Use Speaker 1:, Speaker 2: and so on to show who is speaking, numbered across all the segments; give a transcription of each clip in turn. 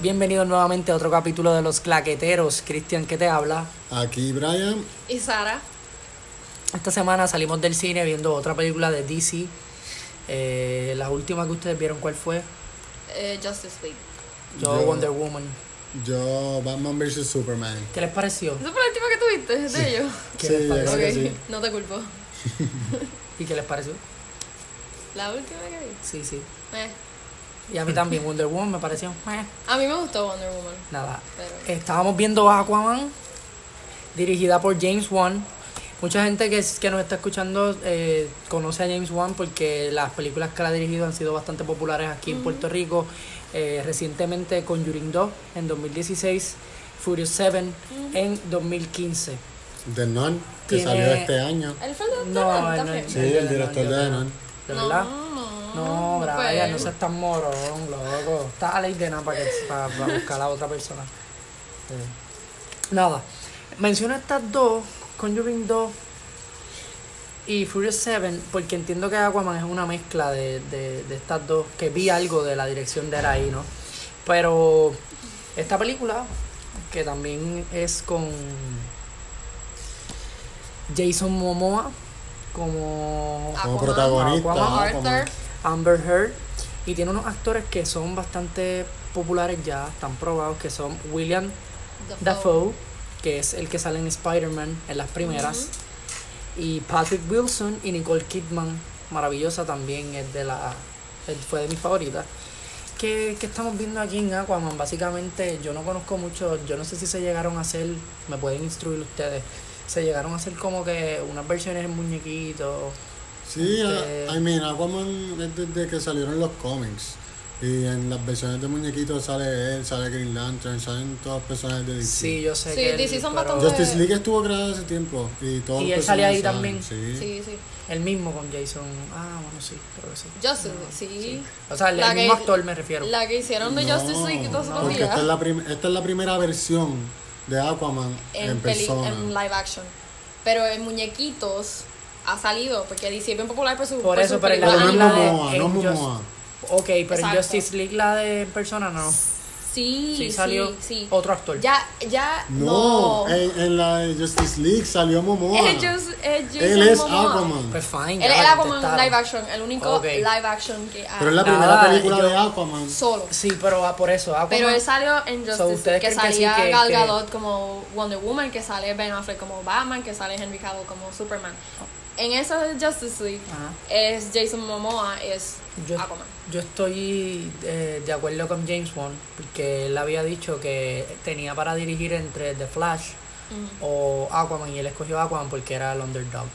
Speaker 1: bienvenidos nuevamente a otro capítulo de Los Claqueteros. Cristian, que te habla?
Speaker 2: Aquí Brian.
Speaker 3: Y Sara.
Speaker 1: Esta semana salimos del cine viendo otra película de DC. Eh, la última que ustedes vieron, ¿cuál fue?
Speaker 3: Eh, Justice League.
Speaker 1: Yo,
Speaker 2: Yo-
Speaker 1: Wonder Woman.
Speaker 2: Yo, Batman vs Superman.
Speaker 1: ¿Qué les pareció?
Speaker 3: ¿Esa fue la última que tuviste de ellos?
Speaker 1: ¿Qué
Speaker 2: sí,
Speaker 1: les
Speaker 2: yo creo
Speaker 1: parece?
Speaker 2: que
Speaker 3: Ok,
Speaker 2: sí.
Speaker 3: No te culpo.
Speaker 1: ¿Y qué les pareció?
Speaker 3: La última que vi.
Speaker 1: Sí, sí.
Speaker 3: Eh,
Speaker 1: Y a mí también Wonder Woman me pareció. meh,
Speaker 3: A mí me gustó Wonder Woman.
Speaker 1: Nada.
Speaker 3: Pero...
Speaker 1: Estábamos viendo Aquaman, dirigida por James Wan. Mucha gente que, es- que nos está escuchando eh, conoce a James Wan porque las películas que él ha dirigido han sido bastante populares aquí en Puerto Rico. Eh, recientemente Conjuring 2 en 2016, Furious 7 en 2015.
Speaker 2: The Nun, que
Speaker 1: Tiene-
Speaker 2: salió este año.
Speaker 3: ¿El fue el de
Speaker 1: No,
Speaker 3: Tenet
Speaker 1: él no
Speaker 3: también?
Speaker 1: es-
Speaker 2: Sí,
Speaker 1: El de
Speaker 2: el
Speaker 1: The Nun,
Speaker 2: director de
Speaker 1: yo
Speaker 2: The
Speaker 1: creo.
Speaker 2: Nun.
Speaker 1: ¿De
Speaker 3: No,
Speaker 1: verdad? No,
Speaker 3: no
Speaker 1: Brian,
Speaker 3: fue.
Speaker 1: no seas tan morón, loco. Estás a ley de nada para, que- para- para buscar a otra persona. Eh, Nada. Menciono estas dos, Conjuring 2 y Furious 7, porque entiendo que Aquaman es una mezcla de, de- de estas dos, que vi algo de la dirección de Araí, ¿no? Pero esta película, que también es con Jason Momoa como
Speaker 2: Como
Speaker 3: Aquaman,
Speaker 2: protagonista.
Speaker 1: Aquaman,
Speaker 2: Aquaman.
Speaker 3: Arthur.
Speaker 1: Amber Heard y tiene unos actores que son bastante populares ya, están probados, que son William
Speaker 3: Dafoe.
Speaker 1: Dafoe, que es el que sale en Spider-Man en las primeras, y Patrick Wilson y Nicole Kidman, maravillosa también, es de la, él fue de mis favoritas. ¿Qué, qué estamos viendo aquí en Aquaman? Básicamente yo no conozco mucho, yo no sé si se llegaron a hacer, me pueden instruir ustedes, se llegaron a hacer como que unas versiones en muñequitos.
Speaker 2: Sí, ah,
Speaker 1: Ok.
Speaker 2: I, I mean, Aquaman es desde que salieron los cómics. Y en las versiones de muñequitos sale él, sale Green Lantern, salen todos los personajes de DC.
Speaker 1: Sí, yo sé
Speaker 3: Sí,
Speaker 1: que... él-
Speaker 3: DC son
Speaker 1: pero-
Speaker 3: bastante-
Speaker 2: Justice League estuvo creada hace tiempo y todos
Speaker 1: Y
Speaker 2: los
Speaker 1: él sale ahí
Speaker 2: personajes salen, Sí.
Speaker 3: Sí, sí.
Speaker 1: El mismo con Jason. Ah, bueno, sí, creo que sí.
Speaker 3: Justice League, sí.
Speaker 1: O sea, el,
Speaker 3: La
Speaker 1: el
Speaker 3: que-
Speaker 1: mismo actor me refiero.
Speaker 3: La que hicieron de Justice League y todos
Speaker 2: No,
Speaker 3: esos
Speaker 2: porque
Speaker 3: días.
Speaker 2: esta es, la prim- esta es la primera versión de Aquaman en,
Speaker 3: en, peli-
Speaker 2: persona.
Speaker 3: en live action. Pero en muñequitos ha salido, porque DC es bien popular por su Ah,
Speaker 1: Por eso,
Speaker 3: sus
Speaker 1: pero en la
Speaker 2: Pero no es
Speaker 3: películas.
Speaker 1: película de-
Speaker 2: Momoa, no es
Speaker 1: en Just-
Speaker 2: Momoa.
Speaker 1: ok, pero en
Speaker 3: Exacto.
Speaker 1: Justice League la de persona no. Sí,
Speaker 3: Sí, sí,
Speaker 1: salió
Speaker 3: sí.
Speaker 1: otro actor.
Speaker 3: Ya, ya,
Speaker 2: No, eh,
Speaker 3: no.
Speaker 2: En, en la de Justice League salió Momoa.
Speaker 3: Es Jus- es Jason
Speaker 2: Él es
Speaker 3: Momoa.
Speaker 2: Aquaman.
Speaker 1: Pues fine.
Speaker 3: Él
Speaker 1: ya
Speaker 3: es
Speaker 1: la
Speaker 3: el Aquaman
Speaker 1: contestaron.
Speaker 3: live action, el único
Speaker 1: Ok.
Speaker 3: live action que hay.
Speaker 2: Pero es la
Speaker 1: Nada,
Speaker 2: primera película
Speaker 1: yo-
Speaker 2: de Aquaman.
Speaker 3: Solo.
Speaker 1: Sí, pero ah, por eso. Aquaman-
Speaker 3: Pero él salió en Justice,
Speaker 1: So, ¿ustedes
Speaker 3: que
Speaker 1: creen que sí,
Speaker 3: salía
Speaker 1: que-
Speaker 3: Gal
Speaker 1: que-
Speaker 3: Gadot como Wonder Woman, que sale Ben Affleck como Batman, que sale Henry Cavill como Superman. En esa de Justice League
Speaker 1: Oh. Ajá.
Speaker 3: es Jason Momoa, es
Speaker 1: Yo,
Speaker 3: Aquaman.
Speaker 1: yo estoy eh, de acuerdo con James Wan, porque él había dicho que tenía para dirigir entre The Flash o Aquaman, y él escogió Aquaman porque era el underdog.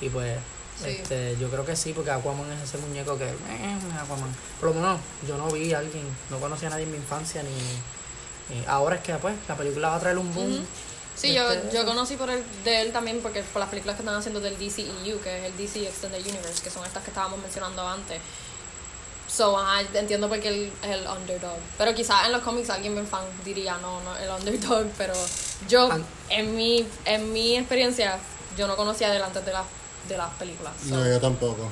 Speaker 1: Y pues,
Speaker 3: Sí.
Speaker 1: este, yo creo que sí, porque Aquaman es ese muñeco que. eh, Aquaman. Por lo menos, yo no vi a alguien, no conocía a nadie en mi infancia, ni. ni- ahora es que, pues, la película va a traer un boom.
Speaker 3: Sí, yo,
Speaker 1: Este-
Speaker 3: yo conocí por el, de él también porque por las películas que están haciendo del DCEU, que es el DC Extended Universe, que son estas que estábamos mencionando antes. So, ajá, entiendo porque él es el underdog. Pero quizás en los cómics alguien bien fan diría, no, no, el underdog, pero yo,
Speaker 2: Ah.
Speaker 1: An-
Speaker 3: en mi, en mi experiencia, yo no conocía delante de las, de las películas. So,
Speaker 2: No, yo tampoco.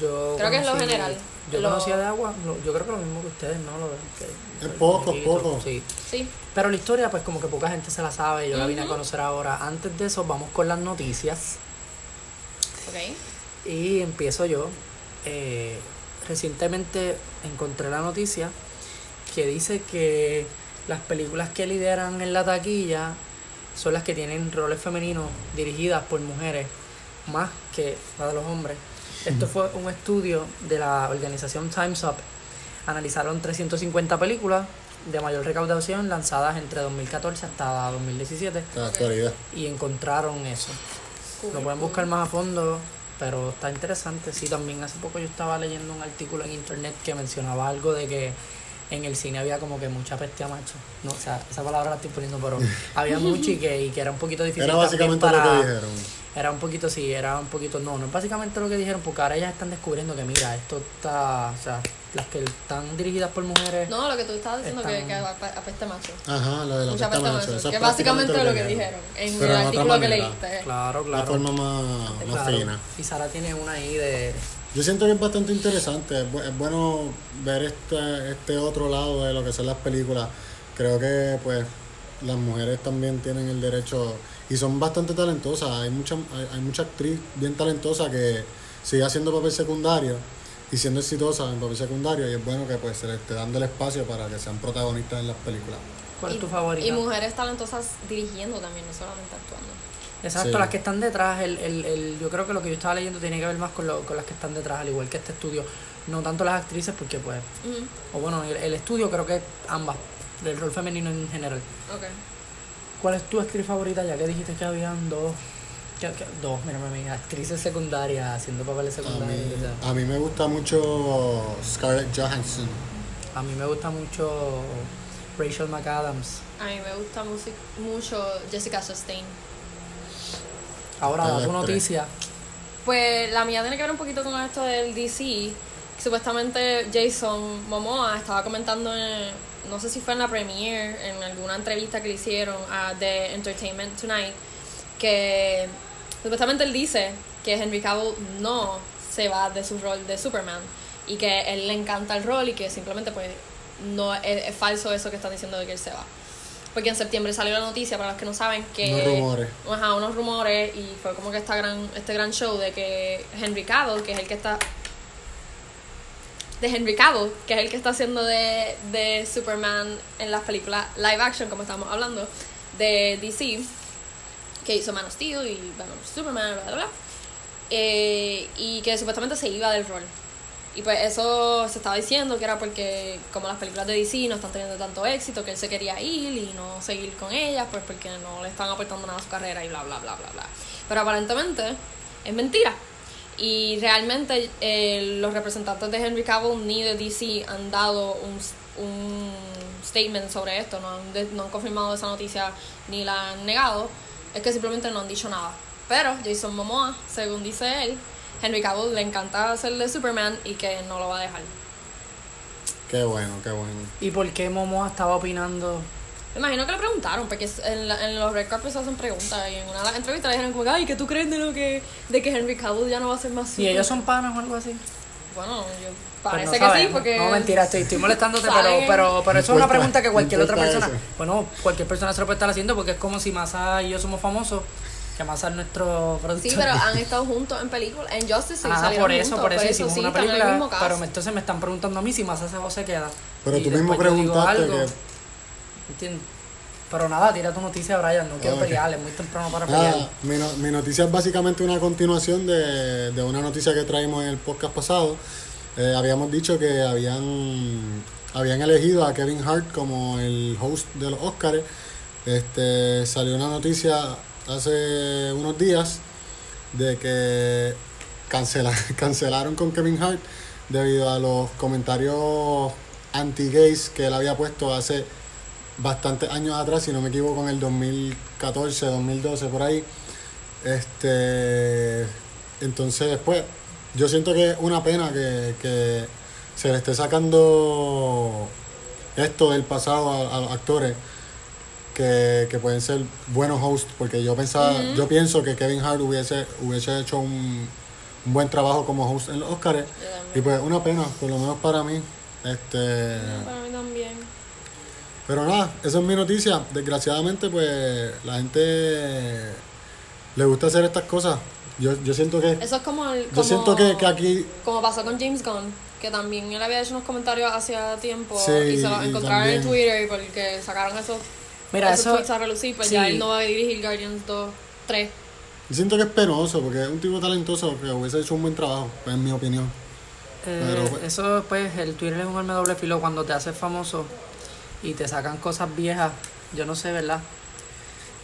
Speaker 1: Yo
Speaker 3: Creo que es lo
Speaker 1: conocí-
Speaker 3: general,
Speaker 1: Yo
Speaker 3: lo-
Speaker 1: conocía de agua, lo- yo creo que lo mismo que ustedes, ¿no? Lo de- que-
Speaker 2: Es poco,
Speaker 1: el muñequito,
Speaker 2: poco.
Speaker 1: Sí.
Speaker 3: Sí,
Speaker 1: Pero la historia, pues como que poca gente se la sabe, yo la vine a conocer ahora. Antes de eso, vamos con las noticias.
Speaker 3: ok.
Speaker 1: Y empiezo yo. Eh, recientemente encontré la noticia que dice que las películas que lideran en la taquilla son las que tienen roles femeninos dirigidas por mujeres más que la de los hombres. Esto fue un estudio de la organización Times Up. Analizaron 350 películas de mayor recaudación lanzadas entre 2014 hasta 2017
Speaker 2: La actualidad.
Speaker 1: y encontraron eso.
Speaker 3: Cool,
Speaker 1: Lo pueden buscar más a fondo, pero está interesante. Sí, también hace poco yo estaba leyendo un artículo en internet que mencionaba algo de que en el cine había como que mucha peste a macho. No, o sea, esa palabra la estoy poniendo, pero había mucho y que, y que era un poquito difícil.
Speaker 2: Era
Speaker 1: también
Speaker 2: básicamente lo que dijeron.
Speaker 1: Era un poquito, sí, era un poquito. No, no es básicamente lo que dijeron, porque ahora ellas están descubriendo que, mira, esto está. O sea, las que están dirigidas por mujeres.
Speaker 3: No, lo que tú estabas diciendo que,
Speaker 1: Están-
Speaker 3: que ap- apesta macho.
Speaker 2: Ajá, la de la
Speaker 3: Mucha
Speaker 2: pesta
Speaker 3: apesta
Speaker 2: macho, esa
Speaker 3: macho.
Speaker 2: es
Speaker 3: Que básicamente
Speaker 2: prácticamente
Speaker 3: lo que dijeron en
Speaker 2: Pero
Speaker 3: el
Speaker 2: otra
Speaker 3: artículo que
Speaker 2: manera.
Speaker 3: leíste.
Speaker 1: Claro,
Speaker 2: La
Speaker 1: claro.
Speaker 2: forma más, más
Speaker 1: claro.
Speaker 2: fina.
Speaker 1: Y Sara tiene una ahí de.
Speaker 2: Yo siento que es bastante interesante. Es, bu- es bueno ver este, este otro lado de lo que son las películas. Creo que, pues, las mujeres también tienen el derecho y son bastante talentosas. Hay mucha, hay, hay mucha actriz bien talentosa que sigue haciendo papel secundario y siendo exitosa en papel secundario. Y es bueno que, pues, se les esté dando el espacio para que sean protagonistas en las películas.
Speaker 1: ¿Cuál
Speaker 3: Y-
Speaker 1: es tu favorita?
Speaker 3: Y mujeres talentosas dirigiendo también, no solamente actuando.
Speaker 1: Exacto,
Speaker 2: Sí.
Speaker 1: las que están detrás, el, el, el- yo creo que lo que yo estaba leyendo tiene que ver más con, lo- con las que están detrás, al igual que este estudio. No tanto las actrices, porque pues,
Speaker 3: Ujú,
Speaker 1: o bueno, el, el estudio creo que ambas, del rol femenino en general.
Speaker 3: Ok.
Speaker 1: ¿Cuál es tu actriz favorita? Ya que dijiste que habían dos, que- que- dos, mira, mira, actrices secundarias haciendo papeles
Speaker 2: A
Speaker 1: secundarios. o sea.
Speaker 2: mí, a mí me gusta mucho Scarlett Johansson.
Speaker 1: A mí me gusta mucho Rachel McAdams.
Speaker 3: A mí me gusta musi- mucho Jessica Sustain.
Speaker 1: Ahora,
Speaker 2: Ah,
Speaker 1: da tu
Speaker 2: las tres.
Speaker 1: noticia.
Speaker 3: Pues la mía tiene que ver un poquito con esto del DC. Supuestamente Jason Momoa estaba comentando, en- no sé si fue en la premiere, en alguna entrevista que le hicieron a The Entertainment Tonight, que supuestamente él dice que Henry Cavill no se va de su rol de Superman y que él le encanta el rol y que simplemente pues no es, es falso eso que están diciendo de que él se va. Porque en septiembre salió la noticia, para los que no saben, que...
Speaker 2: Unos rumores.
Speaker 3: Ajá, unos rumores y fue como que esta gran, este gran show de que Henry Cavill, que es el que está... De Henry Cavill, que es el que está haciendo de, de Superman en las películas live action, como estábamos hablando, de DC, que hizo Man of Steel y bueno, Superman, bla, bla, bla. Eh, y que supuestamente se iba del rol. Y pues eso se estaba diciendo que era porque como las películas de DC no están teniendo tanto éxito, que él se quería ir y no seguir con ellas, pues porque no le están aportando nada a su carrera y bla, bla, bla, bla, bla. Pero aparentemente es mentira. Y realmente eh, los representantes de Henry Cavill ni de DC han dado un, un statement sobre esto, no han, de- no han confirmado esa noticia ni la han negado, es que simplemente no han dicho nada. Pero Jason Momoa, según dice él, Henry Cavill le encanta hacerle Superman y que no lo va a dejar.
Speaker 2: Qué bueno, qué bueno.
Speaker 1: ¿Y por qué Momoa estaba opinando?
Speaker 3: Me imagino que le preguntaron, porque es- en, la- en los red carpets hacen preguntas y en una de las entrevistas le dijeron como, ay, ¿qué tú crees de lo que, de que Henry Cavill ya no va a ser más
Speaker 1: ¿Y
Speaker 3: Superman?"
Speaker 1: ellos son panas o algo así?
Speaker 3: Bueno, yo-
Speaker 1: Pues
Speaker 3: parece
Speaker 1: no
Speaker 3: que
Speaker 1: sabemos.
Speaker 3: sí, porque...
Speaker 1: No, mentira, estoy, estoy molestándote, pero,
Speaker 3: Saben.
Speaker 1: pero, pero eso es una
Speaker 2: Importa,
Speaker 1: pregunta que cualquier otra
Speaker 2: importa
Speaker 1: persona.
Speaker 2: eso.
Speaker 1: Bueno, cualquier persona se lo puede estar haciendo porque es como si Massa y yo somos famosos, que Massa es nuestro productor.
Speaker 3: Sí, pero han estado juntos en películas, en Justice League
Speaker 1: Ah,
Speaker 3: salieron
Speaker 1: por eso,
Speaker 3: juntos, pues
Speaker 1: por eso hicimos
Speaker 3: sí,
Speaker 1: una
Speaker 3: están en el
Speaker 1: película.
Speaker 3: mismo cast.
Speaker 1: Pero me- entonces me están preguntando a mí si Massa se, o se queda.
Speaker 2: Pero
Speaker 1: Y
Speaker 2: tú mismo
Speaker 1: después yo digo
Speaker 2: preguntaste
Speaker 1: algo.
Speaker 2: que-
Speaker 1: ¿Entiendes? Pero nada, tira tu noticia, Brian. No quiero
Speaker 2: Ah, ok.
Speaker 1: pelear, es muy temprano para pelear.
Speaker 2: Nada, Ah, mi, no- mi noticia es básicamente una continuación de, de una noticia que traímos en el podcast pasado. Eh, habíamos dicho que habían, habían elegido a Kevin Hart como el host de los Oscars. Este, salió una noticia hace unos días de que cancela- cancelaron con Kevin Hart debido a los comentarios anti-gays que él había puesto hace bastantes años atrás, si no me equivoco, en el 2014, 2012, por ahí. Este, entonces, pues, yo siento que es una pena que, que se le esté sacando esto del pasado a, a los actores que, que pueden ser buenos hosts, porque yo pensaba, yo pienso que Kevin Hart hubiese, hubiese hecho un, un buen trabajo como host en los Oscars.
Speaker 3: Yo también.
Speaker 2: Y pues una pena, por lo menos para mí. Este,
Speaker 3: Para mí también.
Speaker 2: pero nada, esa es mi noticia. Desgraciadamente, pues la gente le gusta hacer estas cosas. Yo, yo siento que.
Speaker 3: Eso es como el.
Speaker 2: Yo
Speaker 3: como-
Speaker 2: siento que, que aquí.
Speaker 3: Como pasó con James Gunn, que también él había hecho unos comentarios hacía tiempo
Speaker 2: Sí,
Speaker 3: y se los
Speaker 2: y
Speaker 3: encontraron
Speaker 2: también.
Speaker 3: en Twitter porque sacaron esos,
Speaker 1: Mira,
Speaker 3: esos
Speaker 1: eso.
Speaker 3: tweets a relucir, pues
Speaker 1: sí.
Speaker 3: ya él no va a dirigir Guardians 2, 3.
Speaker 2: Yo siento que es penoso porque es un tipo talentoso que hubiese hecho un buen trabajo, pues, en mi opinión.
Speaker 1: Eh,
Speaker 2: Pero, pues-
Speaker 1: eso, pues, el Twitter es un arma de doble filo cuando te haces famoso y te sacan cosas viejas. Yo no sé, ¿verdad?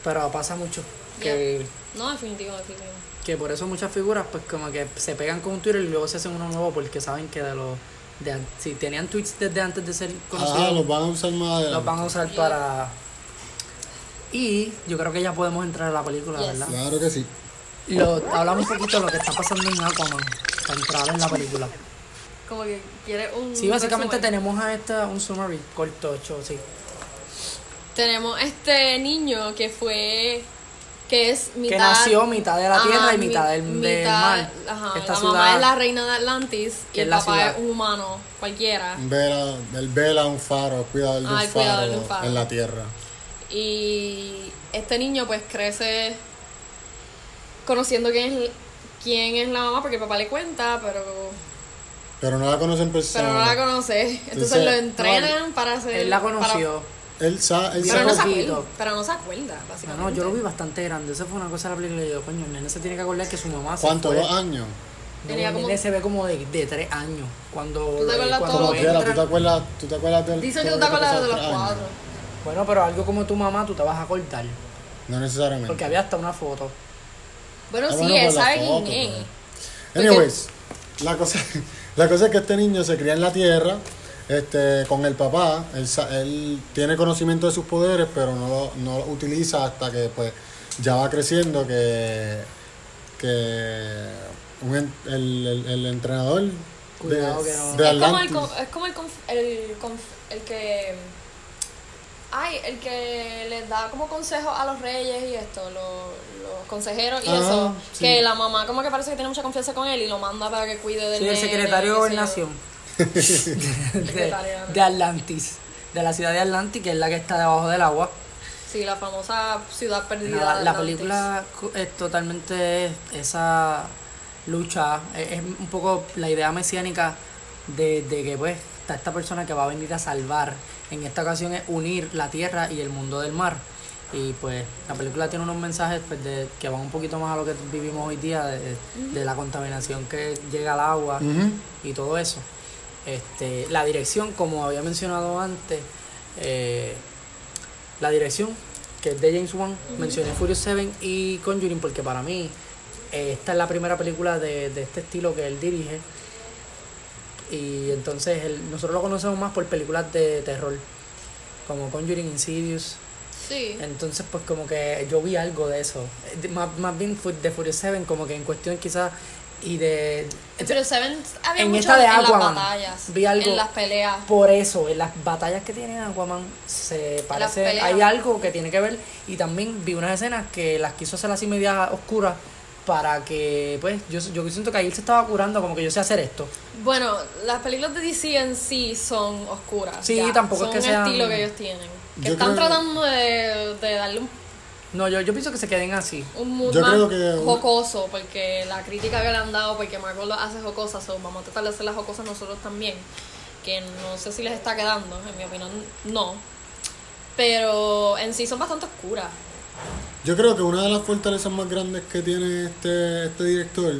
Speaker 1: Pero pasa mucho. Que,
Speaker 3: No, definitivo, definitivo.
Speaker 1: que por eso muchas figuras, pues, como que se pegan con un Twitter y luego se hacen uno nuevo porque saben que de los. De, an- si tenían tweets desde antes de ser
Speaker 2: Ajá,
Speaker 1: conocidos,
Speaker 2: los van a usar más adelante.
Speaker 1: los van a usar para. Y yo creo que ya podemos entrar a la película,
Speaker 3: Yes.
Speaker 1: ¿verdad?
Speaker 2: Claro que sí.
Speaker 1: Lo, hablamos un poquito de lo que está pasando en Aquaman para entrar en la película.
Speaker 3: Como que quiere un.
Speaker 1: Sí, básicamente
Speaker 3: resumen.
Speaker 1: tenemos a esta un summary corto, ocho, sí.
Speaker 3: tenemos este niño que fue. que es mitad...
Speaker 1: que nació mitad de la
Speaker 3: Ajá,
Speaker 1: tierra y
Speaker 3: mi-
Speaker 1: mitad del, del
Speaker 3: mitad-
Speaker 1: mar.
Speaker 3: Ajá,
Speaker 1: Esta
Speaker 3: la
Speaker 1: ciudad.
Speaker 3: mamá es la reina de Atlantis y
Speaker 1: que es
Speaker 3: el
Speaker 1: la
Speaker 3: papá
Speaker 1: ciudad.
Speaker 3: es un humano cualquiera.
Speaker 2: Vela, el vela un faro, cuidado de un,
Speaker 3: Ah, el Ah. cuidador
Speaker 2: faro
Speaker 3: de un faro.
Speaker 2: en la tierra.
Speaker 3: Y este niño pues crece conociendo quién es, quién es la mamá porque el papá le cuenta, pero,
Speaker 2: Pero no la conoce en persona.
Speaker 3: pero no la conoce. Entonces
Speaker 2: Entonces,
Speaker 3: lo entrenan para hacer...
Speaker 1: Él la
Speaker 3: para-
Speaker 1: conoció.
Speaker 2: Él sa- él
Speaker 1: Pero
Speaker 2: sabe-
Speaker 3: pero, no se
Speaker 1: poquito.
Speaker 3: acuerda, pero no se acuerda,
Speaker 1: No,
Speaker 3: básicamente.
Speaker 1: no, yo lo vi bastante grande. Esa fue una cosa de la película. Y yo, coño, el nene se tiene que acordar que su mamá se
Speaker 2: ¿Cuánto?
Speaker 1: fue.
Speaker 2: ¿Dos años?
Speaker 1: No,
Speaker 3: Tenía
Speaker 1: el
Speaker 3: como-
Speaker 1: nene se ve como de, de tres años. Cuando,
Speaker 3: ¿Tú te acuerdas
Speaker 1: cuando
Speaker 3: todo?
Speaker 2: Como
Speaker 3: Pero
Speaker 2: quiera, ¿tú
Speaker 1: entra-
Speaker 2: te acuerdas, tú te acuerdas del...
Speaker 3: Dicen que
Speaker 2: todo
Speaker 3: tú te
Speaker 2: lo
Speaker 3: acuerdas
Speaker 2: pasó
Speaker 3: de los
Speaker 2: tres años?
Speaker 3: cuatro.
Speaker 1: Bueno, pero algo como tu mamá, tú te vas a cortar.
Speaker 2: No necesariamente.
Speaker 1: Porque había hasta una foto.
Speaker 3: Bueno,
Speaker 2: Ah,
Speaker 3: sí,
Speaker 2: bueno,
Speaker 3: él
Speaker 2: por la
Speaker 3: sabe
Speaker 2: foto, pues.
Speaker 3: quién es.
Speaker 2: pero- Anyways, la cosa, la cosa es que este niño se cría en la tierra, este, con el papá, él, sa- él tiene conocimiento de sus poderes, pero no lo, no lo utiliza hasta que pues ya va creciendo, que, que un en- el, el- el entrenador de-
Speaker 1: Cuidado que no-
Speaker 2: de,
Speaker 3: Es como, el,
Speaker 2: Atlantis.
Speaker 3: conf- es como el, conf- el, conf- el que. Ay, el que les da como consejos a los reyes y esto, los, los consejeros y
Speaker 2: Ah,
Speaker 3: eso.
Speaker 2: sí.
Speaker 3: Que la mamá, como que parece que tiene mucha confianza con él y lo manda para que cuide del
Speaker 1: Sí, el
Speaker 3: nene,
Speaker 1: secretario de
Speaker 3: qué sé yo.
Speaker 1: Gobernación. de, de Atlantis. De la ciudad de Atlantis, que es la que está debajo del agua.
Speaker 3: Sí, la famosa ciudad perdida.
Speaker 1: Nada,
Speaker 3: de
Speaker 1: la
Speaker 3: Atlantis.
Speaker 1: película co- es totalmente esa lucha, es, es un poco la idea mesiánica de, de que pues está esta persona que va a venir a salvar. En esta ocasión es unir la tierra y el mundo del mar. Y pues la película tiene unos mensajes pues, de, que van un poquito más a lo que vivimos hoy día, de, de la contaminación que llega al agua
Speaker 2: Ujú.
Speaker 1: y todo eso. Este, la dirección, como había mencionado antes, eh, la dirección, que es de James Wan, mencioné Furious 7 y Conjuring, porque para mí eh, esta es la primera película de, de este estilo que él dirige. Y entonces él- nosotros lo conocemos más por películas de terror, como Conjuring Insidious.
Speaker 3: Sí.
Speaker 1: Entonces, pues como que yo vi algo de eso. Eh, de- Más, más bien fu- de Furious 7, como que en cuestión quizás y de...
Speaker 3: Pero Seven había
Speaker 1: en
Speaker 3: mucho
Speaker 1: esta de Aquaman,
Speaker 3: en las batallas,
Speaker 1: vi algo-
Speaker 3: en las peleas.
Speaker 1: Por eso, en las batallas que tiene Aquaman, se parece.
Speaker 3: peleas.
Speaker 1: Hay algo que tiene que ver. Y también vi unas escenas que las quiso hacer así media oscuras para que, pues, yo, yo siento que ahí él se estaba curando, como que yo sé hacer esto.
Speaker 3: Bueno, las películas de DC en sí son oscuras.
Speaker 1: Sí,
Speaker 3: ya.
Speaker 1: tampoco es
Speaker 3: son
Speaker 1: que
Speaker 3: un
Speaker 1: sean-
Speaker 3: estilo que ellos tienen. Que
Speaker 2: Yo
Speaker 3: están
Speaker 2: creo que-
Speaker 3: tratando de, de darle un,
Speaker 1: No, yo, yo pienso que se queden así.
Speaker 3: un mood
Speaker 2: Yo
Speaker 3: más
Speaker 2: creo que-
Speaker 3: jocoso, porque la crítica que le han dado, porque Marvel lo hace jocosa, so vamos a tratar de hacer las jocosas nosotros también. Que no sé si les está quedando, en mi opinión, no. Pero en sí son bastante oscuras.
Speaker 2: Yo creo que una de las fortalezas más grandes que tiene este, este director